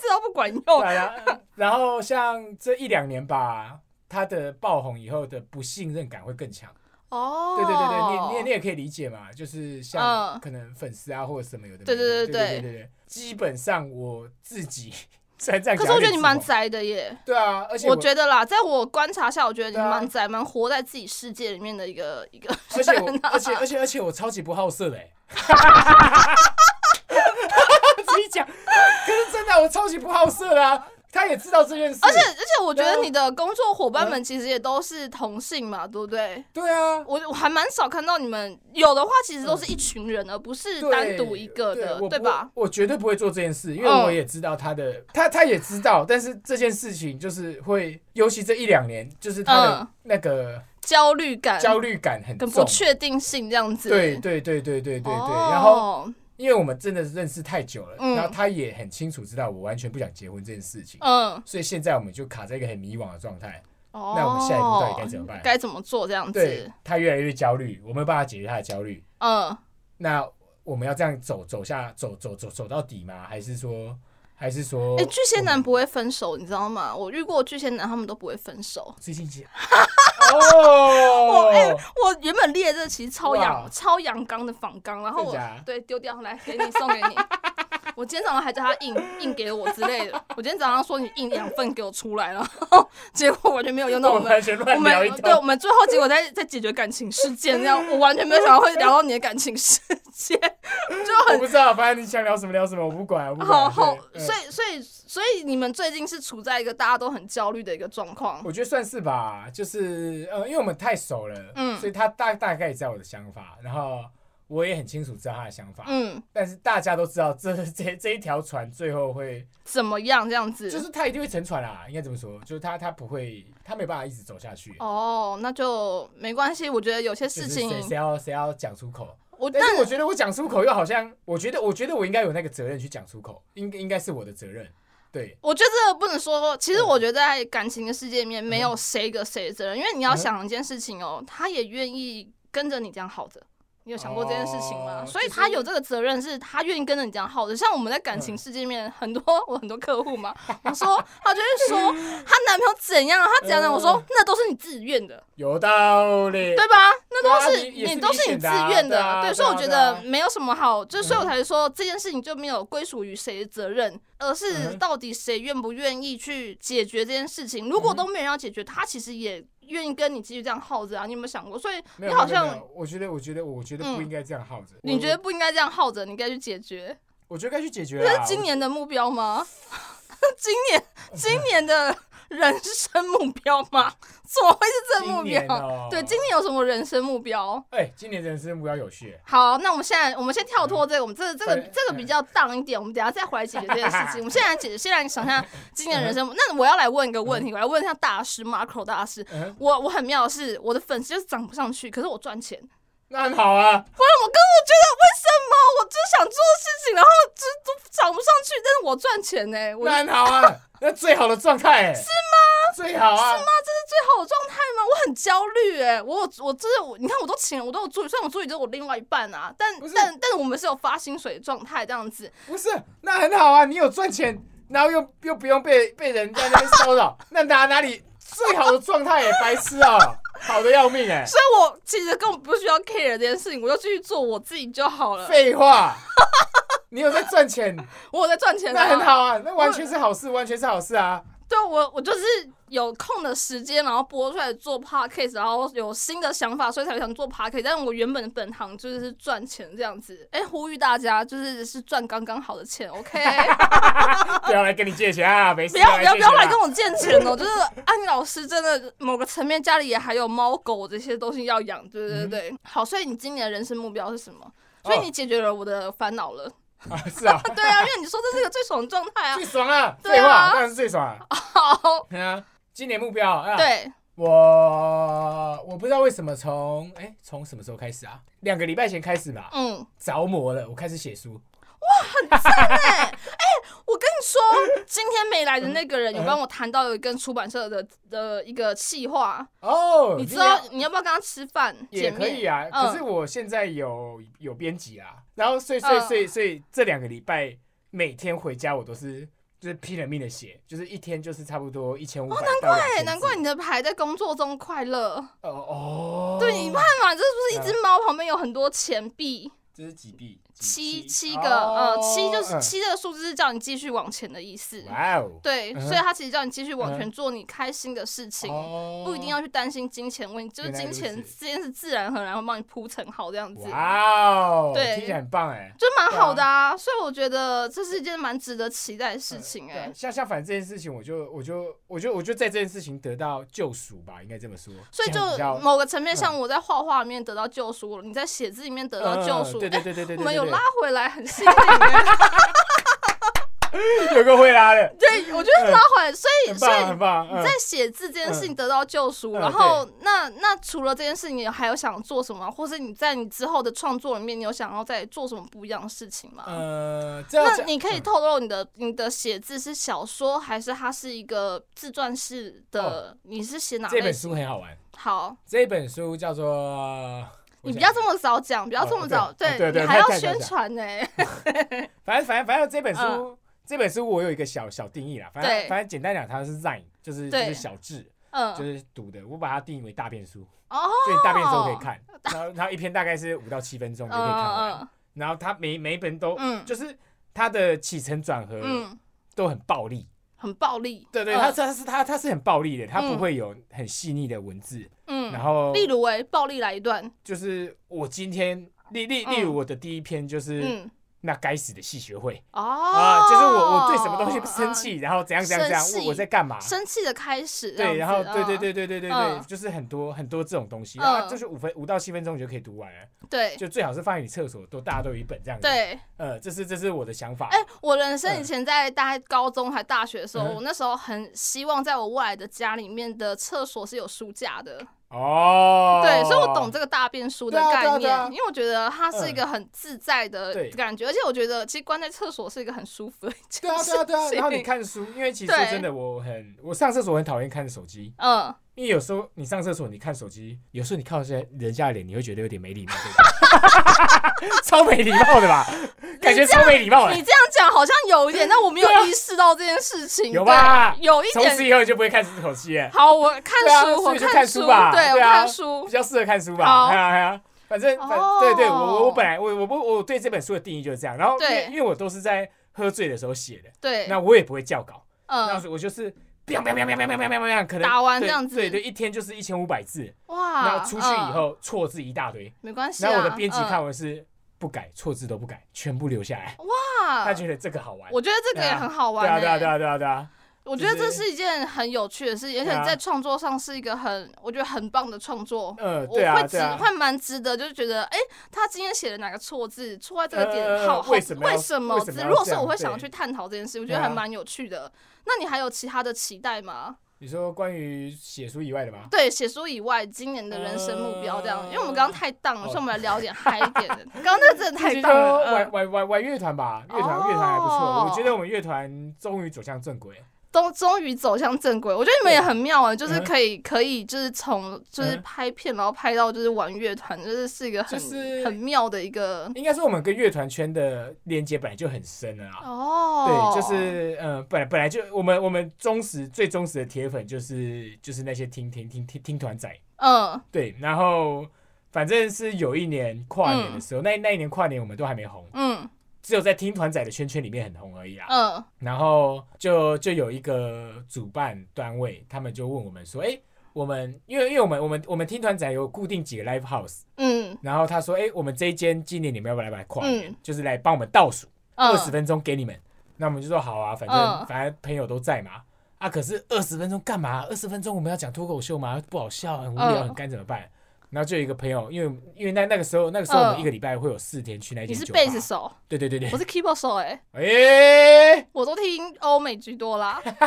Speaker 1: 这招不管用。
Speaker 2: 对啊，然后然后像这一两年吧，他的爆红以后的不信任感会更强。
Speaker 1: 哦，
Speaker 2: 对对对对，你你也你也可以理解嘛，就是
Speaker 1: 嗯
Speaker 2: 像可能粉丝啊或者什么有的没
Speaker 1: 对
Speaker 2: 的。
Speaker 1: 对
Speaker 2: 对
Speaker 1: 对对
Speaker 2: 对对对，基本上我自己 虽然这样
Speaker 1: 可
Speaker 2: 讲
Speaker 1: 是我
Speaker 2: 有
Speaker 1: 觉得
Speaker 2: 点自
Speaker 1: 你
Speaker 2: 嘲，
Speaker 1: 蛮宅的耶，
Speaker 2: 对啊，而且
Speaker 1: 我
Speaker 2: 我
Speaker 1: 觉得啦，在我观察下，我觉得你
Speaker 2: 对啊
Speaker 1: 蛮宅，蛮活在自己世界里面的一个一 个。
Speaker 2: 而且我，而且而且而且我超级不好色的、 欸，自己讲，可是真的我超级不好色的啊！他也知道这件事，
Speaker 1: 而且而且，我觉得
Speaker 2: 对啊嗯
Speaker 1: 你的工作伙伴们其实也都是同性嘛，对不对？
Speaker 2: 对啊，
Speaker 1: 我我还蛮少看到你们有的话，其实都是一群人，而不是
Speaker 2: 嗯对
Speaker 1: 单独一个的，
Speaker 2: 我
Speaker 1: 对
Speaker 2: 不
Speaker 1: 吧？？
Speaker 2: 我绝对不会做这件事，因为
Speaker 1: 嗯
Speaker 2: 我也知道他的，他他也知道，但是这件事情就是会，尤其这一两年，就是他的
Speaker 1: 嗯
Speaker 2: 那个
Speaker 1: 焦虑感
Speaker 2: 焦虑感很
Speaker 1: 跟不
Speaker 2: 重。
Speaker 1: 确定性这样子。
Speaker 2: 对对对对对对对，
Speaker 1: 哦
Speaker 2: 然后因为我们真的认识太久了，
Speaker 1: 嗯
Speaker 2: 然后他也很清楚知道我完全不想结婚这件事情，
Speaker 1: 嗯，
Speaker 2: 所以现在我们就卡在一个很迷惘的状态。
Speaker 1: 哦，
Speaker 2: 那我们下一步到底该怎么办？
Speaker 1: 该怎么做这样
Speaker 2: 对
Speaker 1: 子？
Speaker 2: 他越来越焦虑，我没有办法解决他的焦虑。
Speaker 1: 嗯，
Speaker 2: 那我们要这样走走下走走走走到底吗？还是说还是说？
Speaker 1: 哎，巨蟹男
Speaker 2: 我们
Speaker 1: 不会分手，你知道吗？我遇过巨蟹男，他们都不会分手。
Speaker 2: 最 近几哦，
Speaker 1: 哎我原本列这其实超阳
Speaker 2: 哇哦
Speaker 1: 超阳刚的仿钢，然后我
Speaker 2: 真假
Speaker 1: 对丢掉来给你送给 你。我今天早上还叫他印印给我之类的，我今天早上说你印两份给我出来了，然后 结果完全没有用到我
Speaker 2: 我们
Speaker 1: 们。
Speaker 2: 完全
Speaker 1: 我
Speaker 2: 乱 聊一
Speaker 1: 们对，我
Speaker 2: 通，
Speaker 1: 们最后结果在在解决感情事 件，这样我完全没有想到会聊到你的感情世界， 就
Speaker 2: 我
Speaker 1: 很
Speaker 2: 不知道，反正你想聊什么聊什么，我不管，我不
Speaker 1: 好
Speaker 2: 管。
Speaker 1: 好，
Speaker 2: 对嗯
Speaker 1: 所以所以所以你们最近是处在一个大家都很焦虑的一个状况。
Speaker 2: 我觉得算是吧，就是呃，因为我们太熟了，
Speaker 1: 嗯
Speaker 2: 所以他大大概也知道我的想法，然后我也很清楚知道他的想法，
Speaker 1: 嗯，
Speaker 2: 但是大家都知道这这这一条船最后会，
Speaker 1: 怎么样这样子？
Speaker 2: 就是他一定会沉船啦，应该怎么说？就是他他不会，他没办法一直走下去。
Speaker 1: 哦，那就没关系。我觉得有些事情，
Speaker 2: 就是谁谁要谁要讲出口？
Speaker 1: 我
Speaker 2: 但
Speaker 1: 但
Speaker 2: 是我觉得我讲出口又好像，我觉得我觉得我应该有那个责任去讲出口，应应该是我的责任。对，
Speaker 1: 我觉得这个不能说。其实
Speaker 2: 嗯
Speaker 1: 我觉得在感情的世界里面，没有谁给谁的责任，因为你要
Speaker 2: 嗯
Speaker 1: 想一件事情哦，他也愿意跟着你这样耗着。你有想过这件事情吗？
Speaker 2: 哦
Speaker 1: 所以
Speaker 2: 就是
Speaker 1: 他有这个责任，是他愿意跟着你这样耗着。像我们在感
Speaker 2: 嗯
Speaker 1: 情世界里面，很多我很多客户嘛，我说他就会 说她男朋友怎样，啊她怎样的，
Speaker 2: 嗯
Speaker 1: 我说那都是你自愿的，
Speaker 2: 有道理。
Speaker 1: 对吧？那
Speaker 2: 对啊
Speaker 1: 都
Speaker 2: 你也是
Speaker 1: 你都是
Speaker 2: 你
Speaker 1: 你
Speaker 2: 选
Speaker 1: 自
Speaker 2: 的啊
Speaker 1: 愿
Speaker 2: 对啊
Speaker 1: 对，
Speaker 2: 对啊
Speaker 1: 所以我觉
Speaker 2: 对
Speaker 1: 得
Speaker 2: 啊
Speaker 1: 没有什么好，就所以我
Speaker 2: 嗯
Speaker 1: 才说这件事情就没有归属于谁的责任，而是
Speaker 2: 嗯
Speaker 1: 到底谁愿不愿意去解决这件事情。
Speaker 2: 嗯
Speaker 1: 如果都没人要解决，他其实也愿意跟你继续这样耗着啊。你有没有想过？所以
Speaker 2: 没
Speaker 1: 你
Speaker 2: 有，
Speaker 1: 好
Speaker 2: 没有没
Speaker 1: 像
Speaker 2: 有我觉得我觉得我觉得
Speaker 1: 嗯
Speaker 2: 不应该这样耗着。
Speaker 1: 你
Speaker 2: 我
Speaker 1: 觉得？不应该这样耗着，你应该去解决。
Speaker 2: 我啊我觉得该去解决
Speaker 1: 这是
Speaker 2: 啦。
Speaker 1: 今年的目标吗？ 今 年今年的人生目标吗？ 怎么会是这目
Speaker 2: 今
Speaker 1: 标
Speaker 2: 年？哦，
Speaker 1: 对，今年有什么人生目标？
Speaker 2: 哎，今年真的是目标有序。
Speaker 1: 好，那我们现在我们先跳脱这个，我们这个这个
Speaker 2: 嗯对嗯
Speaker 1: 这个比较荡一点，我们等一下再回来解决这件事情。我们现在解决，现在想 一下今年的人生。那我要来问一个问题，我来问一下大师 Marco 大师。
Speaker 2: 嗯，
Speaker 1: 我我很妙的是，我的粉丝就是涨不上去，可是我赚钱。不
Speaker 2: 那很好啊。
Speaker 1: 然我跟我觉得为什么我就想做事情，然后就都涨不上去，但是我赚钱呢、我
Speaker 2: 那很好啊，那最好的状态、欸、是吗？最好啊，
Speaker 1: 是吗？这是最好的状态吗？我很焦虑哎、我有我就是我，你看我都请了，我都有助理，虽然我助理就是我另外一半啊，但
Speaker 2: 不是
Speaker 1: 但但是我们是有发薪水的状态这样子，
Speaker 2: 不是，那很好啊，你有赚钱，然后又又不用被被人在那边骚扰， 那哪哪里最好的状态、欸？白痴啊、好的要命哎、
Speaker 1: 所以我其实根本不需要 care 这件事情，我就继续做我自己就好了。
Speaker 2: 废话，你有在 赚钱，
Speaker 1: 我有在赚钱、啊，
Speaker 2: 那很。好啊，那完全是好事，完全是好事啊。
Speaker 1: 对我，我就是有空的时间，然后播出来做 podcast，然后有新的想法，所以才想做 podcast。但我原本的本行就是赚钱这样子。哎、呼吁大家就是是赚刚刚好的钱，OK？
Speaker 2: 不要来跟你借钱啊，没事，
Speaker 1: 不要不要不要来跟
Speaker 2: 我。
Speaker 1: 我借钱哦！就是安妮老师真的某个层面，家里也还有猫狗这些东西要养，对对对对。好，所以你今年的人生目标是什么？所以
Speaker 2: 嗯哦
Speaker 1: 你解决了我的烦恼了。
Speaker 2: 啊是啊，
Speaker 1: 对啊，因为你说这是一个最爽的状态啊
Speaker 2: 最。爽啊，
Speaker 1: 对啊
Speaker 2: 废话，当然是最爽啊。
Speaker 1: 好，
Speaker 2: 对啊，今年目标啊，，
Speaker 1: 对，
Speaker 2: 我我不知道为什么从哎从什么时候开始啊？两个礼拜前开始吧，
Speaker 1: 嗯，
Speaker 2: 着魔了，我开始写书。
Speaker 1: 我跟你
Speaker 2: 嗯
Speaker 1: 说，今天没来的那个人有跟我谈到有跟出版社的的一个企划，
Speaker 2: 哦，
Speaker 1: 你知
Speaker 2: 厉害
Speaker 1: 道你要不要跟他吃饭
Speaker 2: 也
Speaker 1: 见面？
Speaker 2: 可以啊，
Speaker 1: 嗯
Speaker 2: 可是我现在有有编辑啦，然后所以所以
Speaker 1: 嗯
Speaker 2: 所以所以这两个礼拜每天回家我都是就是拼了命的写，就是一天就是差不多一千五百到两
Speaker 1: 哎，
Speaker 2: 千。
Speaker 1: 难怪你的牌在工作中快乐。
Speaker 2: 哦嗯哦，
Speaker 1: 对，你看嘛，这是不是一只猫旁边有很多钱币？
Speaker 3: 这是几币？
Speaker 1: 七
Speaker 3: 七
Speaker 1: 七个，呃，
Speaker 2: 哦
Speaker 1: 七就是
Speaker 2: 嗯
Speaker 1: 七这个数字是叫你继续往前的意思。
Speaker 2: 哇哦，
Speaker 1: 对，
Speaker 2: 嗯哼
Speaker 1: 所以它其实叫你继续往前
Speaker 2: 嗯
Speaker 1: 做你开心的事情，
Speaker 2: 哦
Speaker 1: 不一定要去担心金钱问题，就是
Speaker 2: 原来
Speaker 1: 金
Speaker 2: 如
Speaker 1: 钱
Speaker 2: 此
Speaker 1: 这件事自然而然会帮你铺陈好这样子。
Speaker 2: 哇哦，
Speaker 1: 对
Speaker 2: 听起来很棒哎。
Speaker 1: 就蛮好的啊，所以我觉得这是一件蛮值得期待的事情哎、
Speaker 2: 嗯对像像反正这件事情我，就我就我就我就在这件事情得到救赎吧，应该这么说。
Speaker 1: 所以就
Speaker 2: 这
Speaker 1: 嗯
Speaker 2: 样比较嗯
Speaker 1: 某个层面上，我在画画里面得到救赎，你在写字里面得到救赎，
Speaker 2: 嗯对对对对对，
Speaker 1: 哎我
Speaker 2: 对
Speaker 1: 们有
Speaker 2: 对
Speaker 1: 拉回来， 很幸运。哎
Speaker 2: 有个会拉的，
Speaker 1: 对，我觉得拉回来，所以
Speaker 2: 很
Speaker 1: 所以
Speaker 2: 棒很棒。
Speaker 1: 你
Speaker 2: 嗯
Speaker 1: 在写字这件事情得到救赎，
Speaker 2: 嗯
Speaker 1: 然后那那除了这件事，你还有想做什么，或是你在你之后的创作里面，你有想要再做什么不一样的事情吗？
Speaker 2: 呃，这样
Speaker 1: 那
Speaker 2: 讲
Speaker 1: 你可以透露你的、你的写字是小说，还是它是一个自传式的？你是写哪
Speaker 2: 哦这
Speaker 1: 类
Speaker 2: 本
Speaker 1: 型？
Speaker 2: 书很好玩，
Speaker 1: 好，
Speaker 2: 这本书叫做……
Speaker 1: 你不
Speaker 2: 我
Speaker 1: 要
Speaker 2: 想
Speaker 1: 这么早讲，不要这么早，
Speaker 2: 哦对哦对对
Speaker 1: 你还要
Speaker 2: 太太
Speaker 1: 宣
Speaker 2: 太
Speaker 1: 传呢、
Speaker 2: 反正反正反正这本书、
Speaker 1: 嗯
Speaker 2: 这本书我有一个小小定义啦，反正
Speaker 1: 对
Speaker 2: 反正简单讲，它是 Zine，就是就
Speaker 1: 对
Speaker 2: 是小智，就
Speaker 1: 嗯，
Speaker 2: 是读的，我把它定义为大便书，
Speaker 1: 哦，
Speaker 2: 所以你大便的时候可以看，然后然后一篇大概是五到七分
Speaker 1: 嗯
Speaker 2: 钟你就可以看完，
Speaker 1: 嗯
Speaker 2: 然后它每每一本都、
Speaker 1: 嗯
Speaker 2: 就是它的起承转合
Speaker 1: 嗯，
Speaker 2: 都很暴力，
Speaker 1: 很暴力，
Speaker 2: 对对，
Speaker 1: 嗯
Speaker 2: 它它是它它是很暴力的，它
Speaker 1: 嗯
Speaker 2: 不会有很细腻的文字，
Speaker 1: 嗯，
Speaker 2: 然后
Speaker 1: 例如哎，暴力来一段，
Speaker 2: 就是我今天例例例如我的第一篇就是。
Speaker 1: 嗯，
Speaker 2: 那该死的戏学会
Speaker 1: 哦，嗯
Speaker 2: 啊！就是我我对什么东西不生气，然后怎样怎样怎样，
Speaker 1: 生气
Speaker 2: 我我在干嘛
Speaker 1: 嗯，？生气的开始，这
Speaker 2: 对，然
Speaker 1: 样
Speaker 2: 后
Speaker 1: 子
Speaker 2: 对对对对对对对
Speaker 1: 嗯，
Speaker 2: 就是很多很多这种东
Speaker 1: 嗯
Speaker 2: 西，然后就是五分五到七分钟你就可以读完了，
Speaker 1: 嗯对
Speaker 2: 就最好是放在你厕所，都大家都有一本这样子。，
Speaker 1: 对，
Speaker 2: 呃，这是这是我的想法
Speaker 1: 哎、。我人生以前在大概高中还大学的时候，
Speaker 2: 嗯
Speaker 1: 我那时候很希望在我未来的家里面的厕所是有书架的，
Speaker 2: 哦，
Speaker 1: 对，所以我懂这个大变书的
Speaker 2: 对啊对啊
Speaker 1: 概
Speaker 2: 对
Speaker 1: 念，
Speaker 2: 啊嗯
Speaker 1: 因为我觉得它是一个很自在的
Speaker 2: 对
Speaker 1: 感觉，而且我觉得其实关在厕所是一个很舒服的一件
Speaker 2: 对啊
Speaker 1: 事
Speaker 2: 对啊对啊。
Speaker 1: 情
Speaker 2: 然后你，看书，因为其实说
Speaker 1: 对
Speaker 2: 真的，我很我上厕所很讨厌看手机，
Speaker 1: 嗯，
Speaker 2: 因为有时候你上厕所你看手机，有时候你看到人家人家的脸，你会觉得有点没礼貌，对吧？ 超没礼貌的吧？感觉超没礼貌的
Speaker 1: 你。这样讲好像有一点，但我没有
Speaker 2: 哦对啊
Speaker 1: 意识到这件事情，
Speaker 2: 有吧
Speaker 1: 对有一
Speaker 2: 从此
Speaker 1: 点。
Speaker 2: 以后你就不会看手机了，
Speaker 1: 好，我看
Speaker 2: 对啊
Speaker 1: 书，
Speaker 2: 所
Speaker 1: 我
Speaker 2: 以就看
Speaker 1: 书，
Speaker 2: 书吧
Speaker 1: 对，我
Speaker 2: 对啊
Speaker 1: 看书
Speaker 2: 比，较适合看书吧？
Speaker 1: 好
Speaker 2: 哎呀哎呀，反正反
Speaker 1: 哦
Speaker 2: 对对，我我我本来我我我我对这本书的定义就是这样，然后因
Speaker 1: 对
Speaker 2: 为因为我都是在喝醉的时候写的，
Speaker 1: 对，
Speaker 2: 那我也不会校稿，那
Speaker 1: 嗯，
Speaker 2: 我就是。biang biang biang biang biang biang biang biang，可能
Speaker 1: 打完
Speaker 2: 对
Speaker 1: 这样子
Speaker 2: 对对，一天就是一千五百字，然
Speaker 1: 哇，
Speaker 2: 后出去以
Speaker 1: 嗯
Speaker 2: 后错字一大堆，
Speaker 1: 没关系啊，
Speaker 2: 然后我的编辑
Speaker 1: 嗯
Speaker 2: 看完是不改，错字都不改，全部留下来，
Speaker 1: 哇
Speaker 2: 他觉得这个好玩，
Speaker 1: 哦我觉得这个也很好玩、
Speaker 2: 对
Speaker 1: 欸
Speaker 2: 啊对啊对啊对啊对啊，
Speaker 1: 我觉得这是一件很有趣的事情，而
Speaker 2: 对啊
Speaker 1: 且在创作上是一个很，我觉得很棒的创作。
Speaker 2: 呃
Speaker 1: 我
Speaker 2: 对啊
Speaker 1: 会值
Speaker 2: 对啊，
Speaker 1: 会蛮值得，就是觉得，哎、他今天写了哪个错字，错在这个点，
Speaker 2: 呃
Speaker 1: 好好，
Speaker 2: 为什么要
Speaker 1: 为什么
Speaker 2: 为什么要
Speaker 1: 如果是
Speaker 2: 这样
Speaker 1: 我会想要
Speaker 2: 对
Speaker 1: 去探讨这件事，我觉
Speaker 2: 对
Speaker 1: 得还
Speaker 2: 啊
Speaker 1: 蛮有趣的。那你还有其他的期待吗？
Speaker 2: 你说关于写书以外的吗？
Speaker 1: 对，写书以外，今年的人生目标这
Speaker 2: 呃
Speaker 1: 样，因为我们刚刚太荡了，
Speaker 2: 哦
Speaker 1: 所以我们来聊点嗨一点 的。刚刚那个真的
Speaker 2: 其
Speaker 1: 太
Speaker 2: 实
Speaker 1: 荡
Speaker 2: 就
Speaker 1: 了，
Speaker 2: 玩
Speaker 1: 嗯
Speaker 2: 玩玩玩乐团吧，乐团
Speaker 1: 哦
Speaker 2: 乐团还不错，我觉得我们乐团终于走向正轨。
Speaker 1: 都终于走向正轨，我觉得你们也很妙啊、就是可以、可以就是从就是
Speaker 2: 嗯
Speaker 1: 拍片，然后拍到就是玩乐团，就是是一个很、
Speaker 2: 就是
Speaker 1: 很妙的一个
Speaker 2: 应该说我们跟乐团圈的连接本来就很深了啊。
Speaker 1: 哦，
Speaker 2: 对，就是呃，本来本来就我们我们忠实最忠实的铁粉就是就是那些听听听听听团仔，
Speaker 1: 嗯
Speaker 2: 对，然后反正是有一年跨年的时候，那那一年跨年我们都还没红，
Speaker 1: 嗯
Speaker 2: 只有在听团仔的圈圈里面很红而已啊。
Speaker 1: 嗯
Speaker 2: 然后就就有一个主办单位，他们就问我们说，哎、我们因为因为我们我们我们听团仔有固定几个 live house，
Speaker 1: 嗯
Speaker 2: 然后他说，哎、我们这一间今年你们要不要来来跨年？
Speaker 1: 嗯
Speaker 2: 就是来帮我们倒数二十
Speaker 1: 嗯，
Speaker 2: 分钟给你们。那我们就说好啊，反正、
Speaker 1: 嗯
Speaker 2: 反正朋友都在嘛。啊，可是二十分钟干嘛？二十分钟我们要讲脱口秀嘛，不好笑，很无聊，
Speaker 1: 嗯
Speaker 2: 很干，怎么办？然后就有一个朋友，因为因为那那个时候那个时候我们
Speaker 1: 嗯
Speaker 2: 一个礼拜会有四天去那
Speaker 1: 你
Speaker 2: 间
Speaker 1: 是
Speaker 2: 酒吧。
Speaker 1: 贝斯手，
Speaker 2: 对对对对
Speaker 1: 我。是 keyboard 手、哎，
Speaker 2: 哎、
Speaker 1: 我都听欧美居多啦，而且而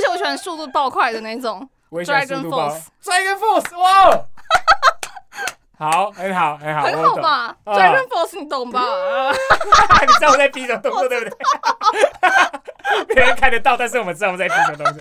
Speaker 1: 且我喜欢速度爆快的那种，
Speaker 2: 危险速
Speaker 1: Dragon
Speaker 2: 度包
Speaker 1: Force
Speaker 2: Dragon Force，哇 哦，好，很好，很好，
Speaker 1: 很
Speaker 2: 我
Speaker 1: 好
Speaker 2: 懂？
Speaker 1: 吧
Speaker 2: 啊
Speaker 1: ？Dragon Force 你懂吧？
Speaker 2: 你知道我在比什么动作对不对？别人看得到，但是我们知道我们在比什么动作。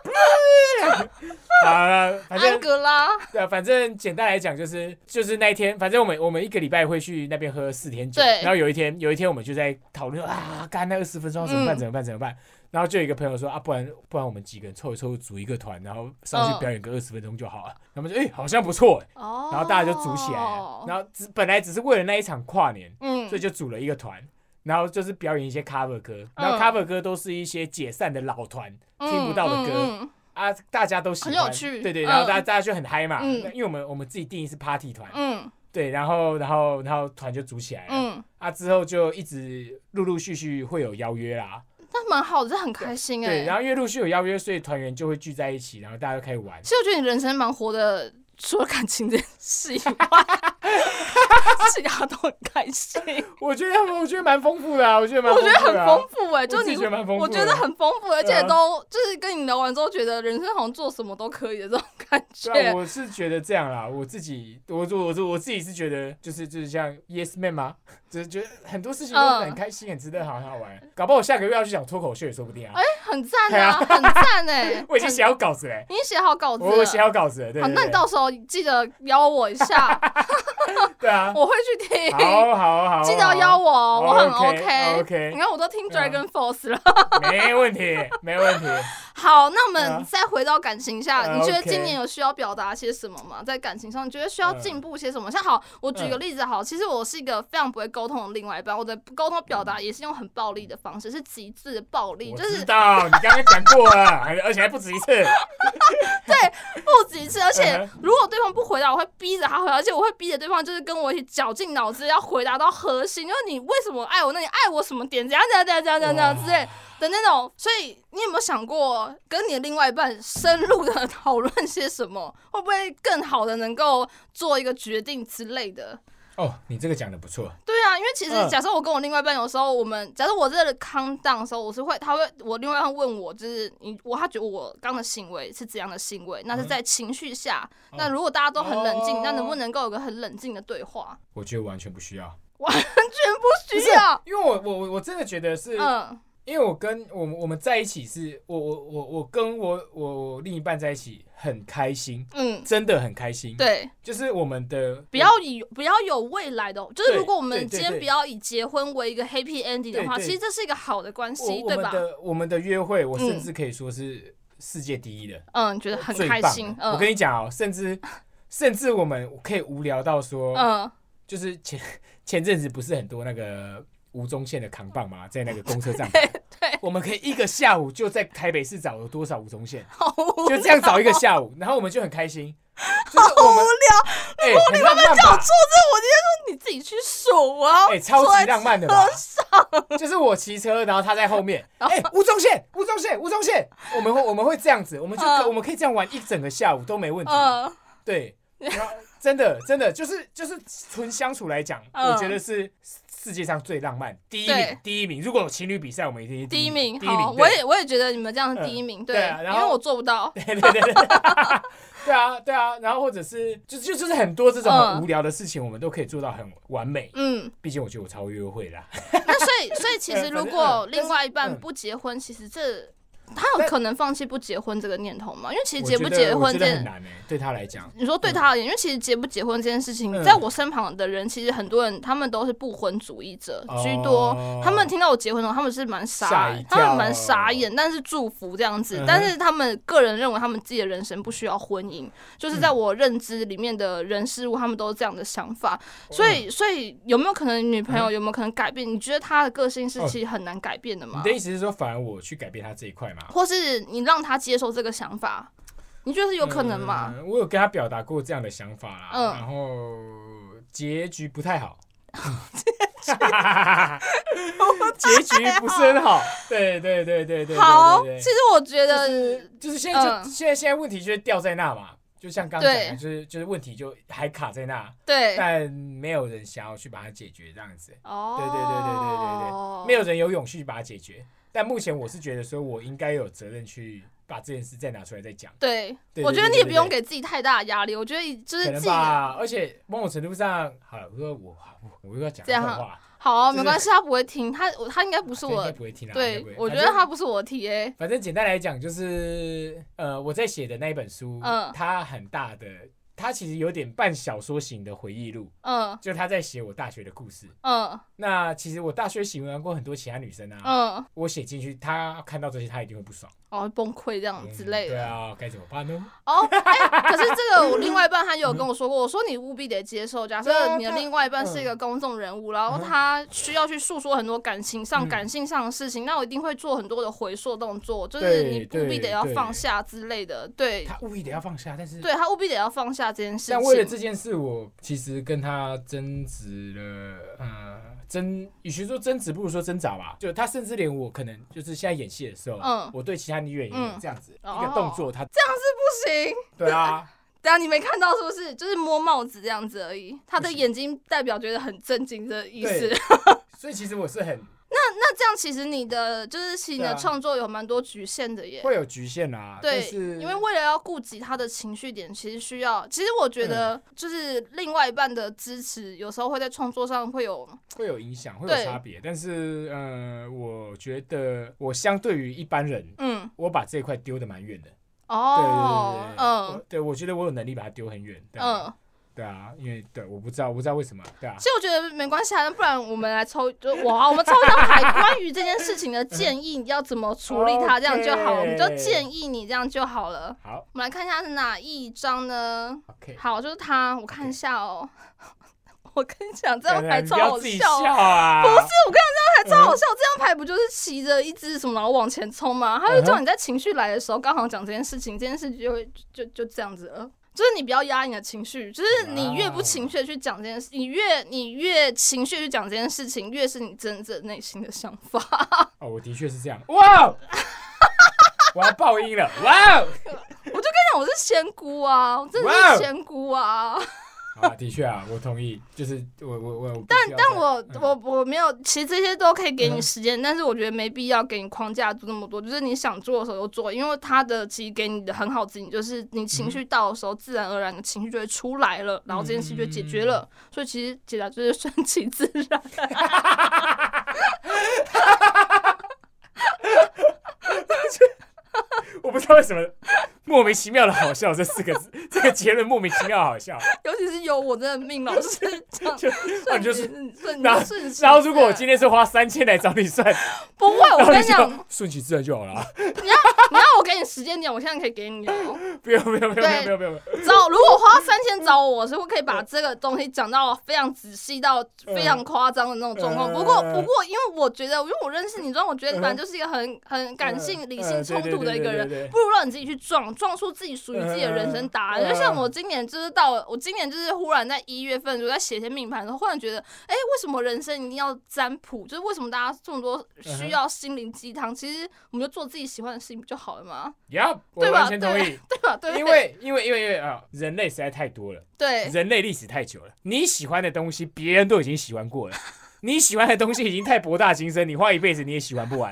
Speaker 2: 好了，反
Speaker 1: 安
Speaker 2: 正
Speaker 1: 格拉，
Speaker 2: 对啊，反正简单来讲就是就是那一天，反正我们我们一个礼拜会去那边喝四天酒，
Speaker 1: 对
Speaker 2: 然后有一天有一天我们就在讨论啊，干那二十分钟要怎么办
Speaker 1: 嗯
Speaker 2: 怎么办怎么办，然后就有一个朋友说啊，不然不然我们几个人凑一凑组一个团，然后上去
Speaker 1: 嗯
Speaker 2: 表演个二十分钟就好了。他们就哎、好像不错、
Speaker 1: 哦，
Speaker 2: 然后大家就组起来了，然后只本来只是为了那一场跨年，
Speaker 1: 嗯，
Speaker 2: 所以就组了一个团，然后就是表演一些 cover 歌，然后 cover 歌都是一些解散的老团、听不到的歌、
Speaker 1: 嗯嗯，嗯
Speaker 2: 啊，大家都喜欢，
Speaker 1: 很有趣
Speaker 2: 对对，
Speaker 1: 嗯
Speaker 2: 然后大家、大家就很嗨嘛，
Speaker 1: 嗯
Speaker 2: 因为我们我们自己定义是 party 团，
Speaker 1: 嗯
Speaker 2: 对，然后然后然后团就组起来了，
Speaker 1: 嗯嗯，
Speaker 2: 啊之后就一直陆陆续续会有邀约啦，
Speaker 1: 那蛮好的，这很开心哎。
Speaker 2: 对，然后因为陆续有邀约，所以团员就会聚在一起，然后大家就开始玩
Speaker 1: 其，实我觉得你人生蛮活的， 除了感情这件事以外， 其他都很开心。
Speaker 2: 我觉得我觉得蛮丰富的啊，我觉得蛮
Speaker 1: 我觉得
Speaker 2: 丰富
Speaker 1: 很
Speaker 2: 的啊
Speaker 1: 丰富哎、就
Speaker 2: 我自己
Speaker 1: 你
Speaker 2: 觉得蛮丰富
Speaker 1: 我
Speaker 2: 的
Speaker 1: 觉得很丰富，而且
Speaker 2: 嗯
Speaker 1: 都就是跟你聊完之后，觉得人生好像做什么都可以的这种感觉。
Speaker 2: 对啊，我是觉得这样啦，我自己，我我我我自己是觉得，就是就是像 Yes Man 嘛， 就是觉得很多事情都
Speaker 1: 嗯
Speaker 2: 很开心，很值得，好很好玩。搞不好我下个月要去讲脱口秀也说不定啊。
Speaker 1: 很赞啊，很赞哎、
Speaker 2: 我已经写好稿子嘞，
Speaker 1: 你已经写好稿子了，
Speaker 2: 我我写好稿子了，对
Speaker 1: 好，
Speaker 2: 对
Speaker 1: 那你
Speaker 2: 对，
Speaker 1: 到时候记得邀我一 下，
Speaker 2: 对啊，
Speaker 1: 我会去听，
Speaker 2: 好好好，
Speaker 1: 记得邀
Speaker 2: 我，
Speaker 1: 我哦，我很
Speaker 2: OK，OK
Speaker 1: 你看我都听
Speaker 2: 啊
Speaker 1: Dragon Force 了。
Speaker 2: 没问题，没问题。
Speaker 1: 好，那我们
Speaker 2: 嗯
Speaker 1: 再回到感情下，
Speaker 2: 嗯
Speaker 1: 你觉得
Speaker 2: OK 嗯
Speaker 1: 今年有需要表达些什么吗？在感情上，你觉得需要进步些什么？像好，我举个例子好，其实我是一个非常不会沟通的另外一半，我的沟通表达也是用很暴力的方式，是极致的暴力，
Speaker 2: 嗯我
Speaker 1: 就
Speaker 2: 知
Speaker 1: 是
Speaker 2: 道你刚刚讲过了， 还而且还不止一次。
Speaker 1: 不止一次，而且
Speaker 2: 嗯
Speaker 1: 如果对方不回答，我会逼着他回答，而且我会逼着对方就是跟我一起绞尽脑汁要回答到核心，就是你为什么爱我？那你爱我什么点？怎样怎样怎样怎样怎样怎样之类的那种。所以你有没有想过跟你的另外一半 深入的讨论些什么？会不会更好的能够做一个决定之类的？
Speaker 2: 哦，你这个讲的不错，
Speaker 1: 对啊，因为其实
Speaker 2: 嗯
Speaker 1: 假设我跟我另外一半有时候，我们假设我这个 calm down 的时候，我是会，他会，我另外一半问我，就是你我他觉得我刚的行为是怎样的行为，那是
Speaker 2: 嗯
Speaker 1: 在情绪下，
Speaker 2: 哦
Speaker 1: 那如果大家都很冷静，
Speaker 2: 哦
Speaker 1: 那能不能够有个很冷静的对话？
Speaker 2: 我觉得完全不需要，
Speaker 1: 完全不需要，
Speaker 2: 因为我我我我真的觉得是
Speaker 1: 嗯
Speaker 2: 因为我跟我们我们在一起是，我我我我跟我我我另一半在一起很开心，
Speaker 1: 嗯，
Speaker 2: 真的很开心。，
Speaker 1: 对，
Speaker 2: 就是我们的
Speaker 1: 不要以不要有未来的，哦就是
Speaker 2: 对
Speaker 1: 如果我们
Speaker 2: 对对
Speaker 1: 今天
Speaker 2: 对
Speaker 1: 不要以结婚为一个 happy ending 的话，
Speaker 2: 对对
Speaker 1: 其实这是一个好的关
Speaker 2: 我我
Speaker 1: 系，
Speaker 2: 我
Speaker 1: 对
Speaker 2: 们
Speaker 1: 吧？
Speaker 2: 的我们的约会，我
Speaker 1: 嗯
Speaker 2: 甚至可以说是世界第一的，
Speaker 1: 嗯，觉得很
Speaker 2: 最
Speaker 1: 开
Speaker 2: 棒
Speaker 1: 心，
Speaker 2: 的。我
Speaker 1: 嗯
Speaker 2: 跟你讲哦，甚至甚至我们可以无聊到说，
Speaker 1: 嗯，
Speaker 2: 就是前 前阵子不是很多那个吴宗宪的扛棒嘛，在那个公车站牌，
Speaker 1: 对
Speaker 2: 我们可以一个下午就在台北市找了多少吴宗宪。
Speaker 1: 好无
Speaker 2: 就这样找一个下午，然后我们就很开心。就是我们哎、很浪漫
Speaker 1: 我
Speaker 2: 吧
Speaker 1: 做？这，我今天说你自己去数啊，
Speaker 2: 哎、超级浪漫的吧
Speaker 1: 车？
Speaker 2: 就是我骑车，然后他在后 面。
Speaker 1: 哦
Speaker 2: 哎、吴宗宪，吴宗宪，吴宗宪，我们会我们会这样子，我们就、
Speaker 1: 嗯
Speaker 2: 我们可以这样玩一整个下午都没问题。
Speaker 1: 嗯
Speaker 2: 对，然后真的真的就是就是纯相处来讲，
Speaker 1: 嗯
Speaker 2: 我觉得是世界上最浪漫第一
Speaker 1: 对
Speaker 2: 名，第一名。如果有情侣比赛，我们一定是
Speaker 1: 第一
Speaker 2: 名，
Speaker 1: 名，
Speaker 2: 第一名
Speaker 1: 好，。
Speaker 2: 对
Speaker 1: 我也我也觉得你们这样是第一名，
Speaker 2: 对啊然
Speaker 1: 因为
Speaker 2: 后
Speaker 1: 我做不到，
Speaker 2: 对对对对，对啊对啊，然后或者是就就就是很多这种
Speaker 1: 嗯
Speaker 2: 很无聊的事情，我们都可以做到很完美。
Speaker 1: 嗯。
Speaker 2: 毕竟我觉得我超约会啦，
Speaker 1: 那所以，所以其实
Speaker 2: 呃
Speaker 1: 如
Speaker 2: 反正
Speaker 1: 果
Speaker 2: 嗯但
Speaker 1: 另
Speaker 2: 是
Speaker 1: 外一半
Speaker 2: 嗯
Speaker 1: 不结婚，其实这他有可能放弃不结婚这个念头吗？因为其实
Speaker 2: 我
Speaker 1: 结
Speaker 2: 觉
Speaker 1: 不
Speaker 2: 得
Speaker 1: 结
Speaker 2: 我
Speaker 1: 婚
Speaker 2: 觉
Speaker 1: 这
Speaker 2: 得很
Speaker 1: 件，
Speaker 2: 难诶、欸对他来讲，
Speaker 1: 你说对他而言，因为其实结不结婚这件事情，
Speaker 2: 嗯
Speaker 1: 在我身旁的人，其实很多人他们都是不婚主义者居多。
Speaker 2: 哦
Speaker 1: 他们听到我结婚了，他们是蛮傻
Speaker 2: 吓一，
Speaker 1: 他们蛮
Speaker 2: 跳
Speaker 1: 傻眼，但是祝福这样子。
Speaker 2: 嗯哼
Speaker 1: 但是他们个人认为他们自己的人生不需要婚姻，就是在我认知里面的人事物，他们都是这样的想法。
Speaker 2: 哦
Speaker 1: 所以，所以有没有可能女朋
Speaker 2: 嗯
Speaker 1: 友有没有可能改变？你觉得她的个性是
Speaker 2: 哦
Speaker 1: 其实很难改变的
Speaker 2: 你
Speaker 1: 吗
Speaker 2: 的？意思是说，反而我去改变他这一块嘛？
Speaker 1: 或是你让她接受这个想法，你觉得是有可能吗？
Speaker 2: 嗯我有跟他表达过这样的想法啦，
Speaker 1: 嗯
Speaker 2: 然后结局不太 好。结局不是很好，对对对嗯对对对。
Speaker 1: 好，
Speaker 2: 对对
Speaker 1: 其实我觉得，
Speaker 2: 就是就是现在就、
Speaker 1: 嗯
Speaker 2: 现在现在问题就是掉在那嘛，就像刚刚讲
Speaker 1: 对
Speaker 2: 的，就是就是问题就还卡在那，
Speaker 1: 对，
Speaker 2: 但没有人想要去把它解决，这样子，
Speaker 1: 哦，
Speaker 2: 对对对对对对对没有人有勇气去把它解决。但目前我是觉得说，我应该有责任去把这件事再拿出来再讲，
Speaker 1: 对，
Speaker 2: 对
Speaker 1: 我觉得你也不用
Speaker 2: 对
Speaker 1: 给自己太大的压力，我觉得就是
Speaker 2: 可
Speaker 1: 自
Speaker 2: 能
Speaker 1: 己
Speaker 2: 吧。而且某种程度上，好了，我说我我我又要讲
Speaker 1: 这样
Speaker 2: 坏话，
Speaker 1: 好啊、
Speaker 2: 就是
Speaker 1: 没关系，他不会听，他我他应该不是
Speaker 2: 这应该
Speaker 1: 我，
Speaker 2: 不会听啊。应该
Speaker 1: 对
Speaker 2: 不会
Speaker 1: 我觉
Speaker 2: 反
Speaker 1: 得
Speaker 2: 正
Speaker 1: 他不是我 T A，
Speaker 2: 反正简单来讲，就是呃，我在写的那一本书，
Speaker 1: 嗯
Speaker 2: 它很大的，它其实有点半小说型的回忆录，
Speaker 1: 嗯
Speaker 2: 就他在写我大学的故事。
Speaker 1: 嗯
Speaker 2: 那其实我大学喜欢过很多其他女生啊，
Speaker 1: 嗯，
Speaker 2: 我写进去，她看到这些，她一定会不爽
Speaker 1: 哦崩溃这样之类
Speaker 2: 嗯对
Speaker 1: 的。
Speaker 2: 啊，该怎么办呢？
Speaker 1: 哦，哎，可是这个我另外一半他也有跟我说过，我说你务必得接受，假
Speaker 2: 对啊
Speaker 1: 设你的
Speaker 2: 他
Speaker 1: 另外一半是一个公众人物，然后他需要去诉说很多感情上、
Speaker 2: 嗯
Speaker 1: 感性上的事情，那我一定会做很多的回溯动作，就是
Speaker 2: 对
Speaker 1: 你务必得
Speaker 2: 对
Speaker 1: 要
Speaker 2: 对
Speaker 1: 放下之类的，对。
Speaker 2: 她故意的要放下，但是
Speaker 1: 对他务必得要放下这件事
Speaker 2: 但为了
Speaker 1: 情，
Speaker 2: 这件事，我其实跟他争执了，呃，争，与其说争执，不如说挣扎吧。就他甚至连我可能就是现在演戏的时候，
Speaker 1: 嗯
Speaker 2: 我对其他女演员
Speaker 1: 嗯
Speaker 2: 这样子、
Speaker 1: 哦
Speaker 2: 一个动作他，
Speaker 1: 不行，
Speaker 2: 对啊，
Speaker 1: 等下你没看到是不是？就是摸帽子这样子而已。他的
Speaker 2: 不行
Speaker 1: 眼睛代表觉得很震惊的 意思。
Speaker 2: 对所以其实我是很
Speaker 1: 那这样其实你的就是其实你的
Speaker 2: 对啊
Speaker 1: 创作有蛮多局限的耶。
Speaker 2: 会有局限啊。但
Speaker 1: 对，
Speaker 2: 是
Speaker 1: 因为为了要顾及他的情绪点，其实需要，其实我觉得就是另外一半的支持，有时候会在创作上会有，
Speaker 2: 会有影响，会
Speaker 1: 对
Speaker 2: 有差别。但是，呃，我觉得我相对于一般人，
Speaker 1: 嗯，
Speaker 2: 我把这一块丢的蛮远的。
Speaker 1: 哦，
Speaker 2: 对对对对对，
Speaker 1: 嗯
Speaker 2: 我对我觉得我有能力把它丢很远。对啊
Speaker 1: 嗯，
Speaker 2: 对啊，因为对，我不知道，我不知道为什么，对啊
Speaker 1: 其。实我觉得没关系啊，不然我们来抽，就我啊，我们抽一张牌，关于这件事情的建议，你要怎么处理它，这样就好，我们就
Speaker 2: OK
Speaker 1: 建议你这样就好了。
Speaker 2: 好
Speaker 1: 我们来看一下是哪一张呢？
Speaker 2: ，OK。
Speaker 1: 好，就是他，我看一下哦。 我跟你讲，这
Speaker 2: 这
Speaker 1: 张
Speaker 2: 样
Speaker 1: 牌超好
Speaker 2: 自己
Speaker 1: 笑
Speaker 2: 笑啊！不是，
Speaker 1: 牌超好笑，这张牌不就是骑着一只什么，然后往前冲吗？
Speaker 2: 嗯
Speaker 1: 他就叫你在情绪来的时候，刚好讲这件事情，这件事情就会就就这样子了。就是你不要压你的情绪，就是你越不情绪地去讲这件事，你越你越情绪地去讲这件事情，越是你真正内心的想法。
Speaker 2: 哦，我的确是这样。哇哦，我要爆音了！哇哦，
Speaker 1: 但我是仙姑啊，我真的
Speaker 2: 哇
Speaker 1: 是
Speaker 2: 哦
Speaker 1: 仙姑啊。
Speaker 2: 好啊，的确啊，我同意，就是我我我，我必须
Speaker 1: 但
Speaker 2: 要
Speaker 1: 但
Speaker 2: 再
Speaker 1: 我
Speaker 2: 嗯
Speaker 1: 我我没有，其实这些都可以给你
Speaker 2: 嗯
Speaker 1: 时间，但是我觉得没必要给你框架做那么多，就是你想做的时候就做，因为他的其实给你的很好指引，就是你情
Speaker 2: 嗯
Speaker 1: 绪到的时候，自然而然的情绪就会出来了，然后这件事就解决了，
Speaker 2: 嗯
Speaker 1: 所以其实解答就是顺其自然。
Speaker 2: 我不知道为什么莫名其妙的好笑这四个 字，这个结论莫名其妙好笑。
Speaker 1: 尤其是有我这个命老师这 样，
Speaker 2: 就啊，
Speaker 1: 顺
Speaker 2: 你
Speaker 1: 其
Speaker 2: 就是，
Speaker 1: 顺顺
Speaker 2: 然后
Speaker 1: 顺其
Speaker 2: 然后如果我
Speaker 1: 自然
Speaker 2: 今天是花三千来找你算，
Speaker 1: 不会，我
Speaker 2: 然后
Speaker 1: 跟
Speaker 2: 你
Speaker 1: 你讲，
Speaker 2: 就顺其自然就好了啊，
Speaker 1: 你要我给你时间点，我现在可以给你哦。
Speaker 2: 不用不用不
Speaker 1: 对
Speaker 2: 用不用不用，
Speaker 1: 找如果花三千找我，我是会可以
Speaker 2: 嗯
Speaker 1: 把这个东西讲到非常仔细到非常夸张的那种状况。
Speaker 2: 嗯
Speaker 1: 不过不过，因为我觉得，因为我认识你之后，我觉得你
Speaker 2: 嗯
Speaker 1: 本来就是一个很很感性、理性
Speaker 2: 呃
Speaker 1: 冲突的一个。
Speaker 2: 对对对
Speaker 1: 人。
Speaker 2: 对对对
Speaker 1: 不如让你自己去撞，撞出自己属于自己的人生答案。
Speaker 2: 嗯嗯嗯
Speaker 1: 就像我今年就是到了，我今年就是忽然在一月份，我在写一些命盘的时候，忽然觉得，哎、为什么人生一定要占卜？就是为什么大家这么多
Speaker 2: 嗯
Speaker 1: 需要心灵鸡汤？其实我们就做自己喜欢的事情不就好了吗？
Speaker 2: 呀，我
Speaker 1: 对吧
Speaker 2: 完全同意，
Speaker 1: 对吧？对不对
Speaker 2: 因为因为因为因为啊，人类实在太多了。
Speaker 1: 对
Speaker 2: 人类历史太久了，你喜欢的东西别人都已经喜欢过了，你喜欢的东西已经太博大精深，你花一辈子你也喜欢不完，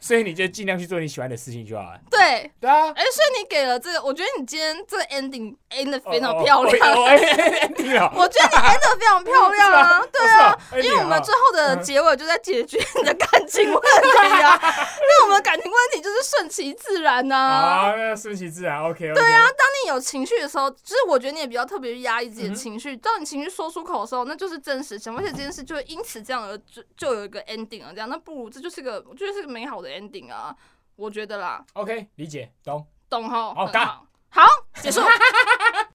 Speaker 2: 所以你就尽量去做你喜欢的事情就好了。
Speaker 1: 对，
Speaker 2: 对啊，
Speaker 1: 哎、所以你给了这个，我觉得你今天这个 ending end 的非常
Speaker 2: 哦
Speaker 1: 漂亮。
Speaker 2: 哦哦哎哎哎听 了，
Speaker 1: 我觉得你 end 的 非常漂亮啊，对啊，
Speaker 2: 哦，是哦
Speaker 1: 因为我们最
Speaker 2: 哎
Speaker 1: 后的结尾就在解决你的感情问题 啊，因为我们的感情问题就是顺其自然呐、
Speaker 2: 你好
Speaker 1: 啊。
Speaker 2: 啊，那顺其自然，OK，对啊，
Speaker 1: 当你有情绪的时候，就是我觉得你也比较特别去压抑自
Speaker 2: 嗯
Speaker 1: 己的情绪。当你情绪说出口的时候，那就是真实想法，而且这件事就会因此这样而就就有一个 ending 啊，这样那不如这就是个，我觉得是个美好的 ending 啊，我觉得啦，
Speaker 2: OK，理解，懂，
Speaker 1: 懂哈？
Speaker 2: 好
Speaker 1: 很
Speaker 2: 嘎
Speaker 1: 好，好，结束。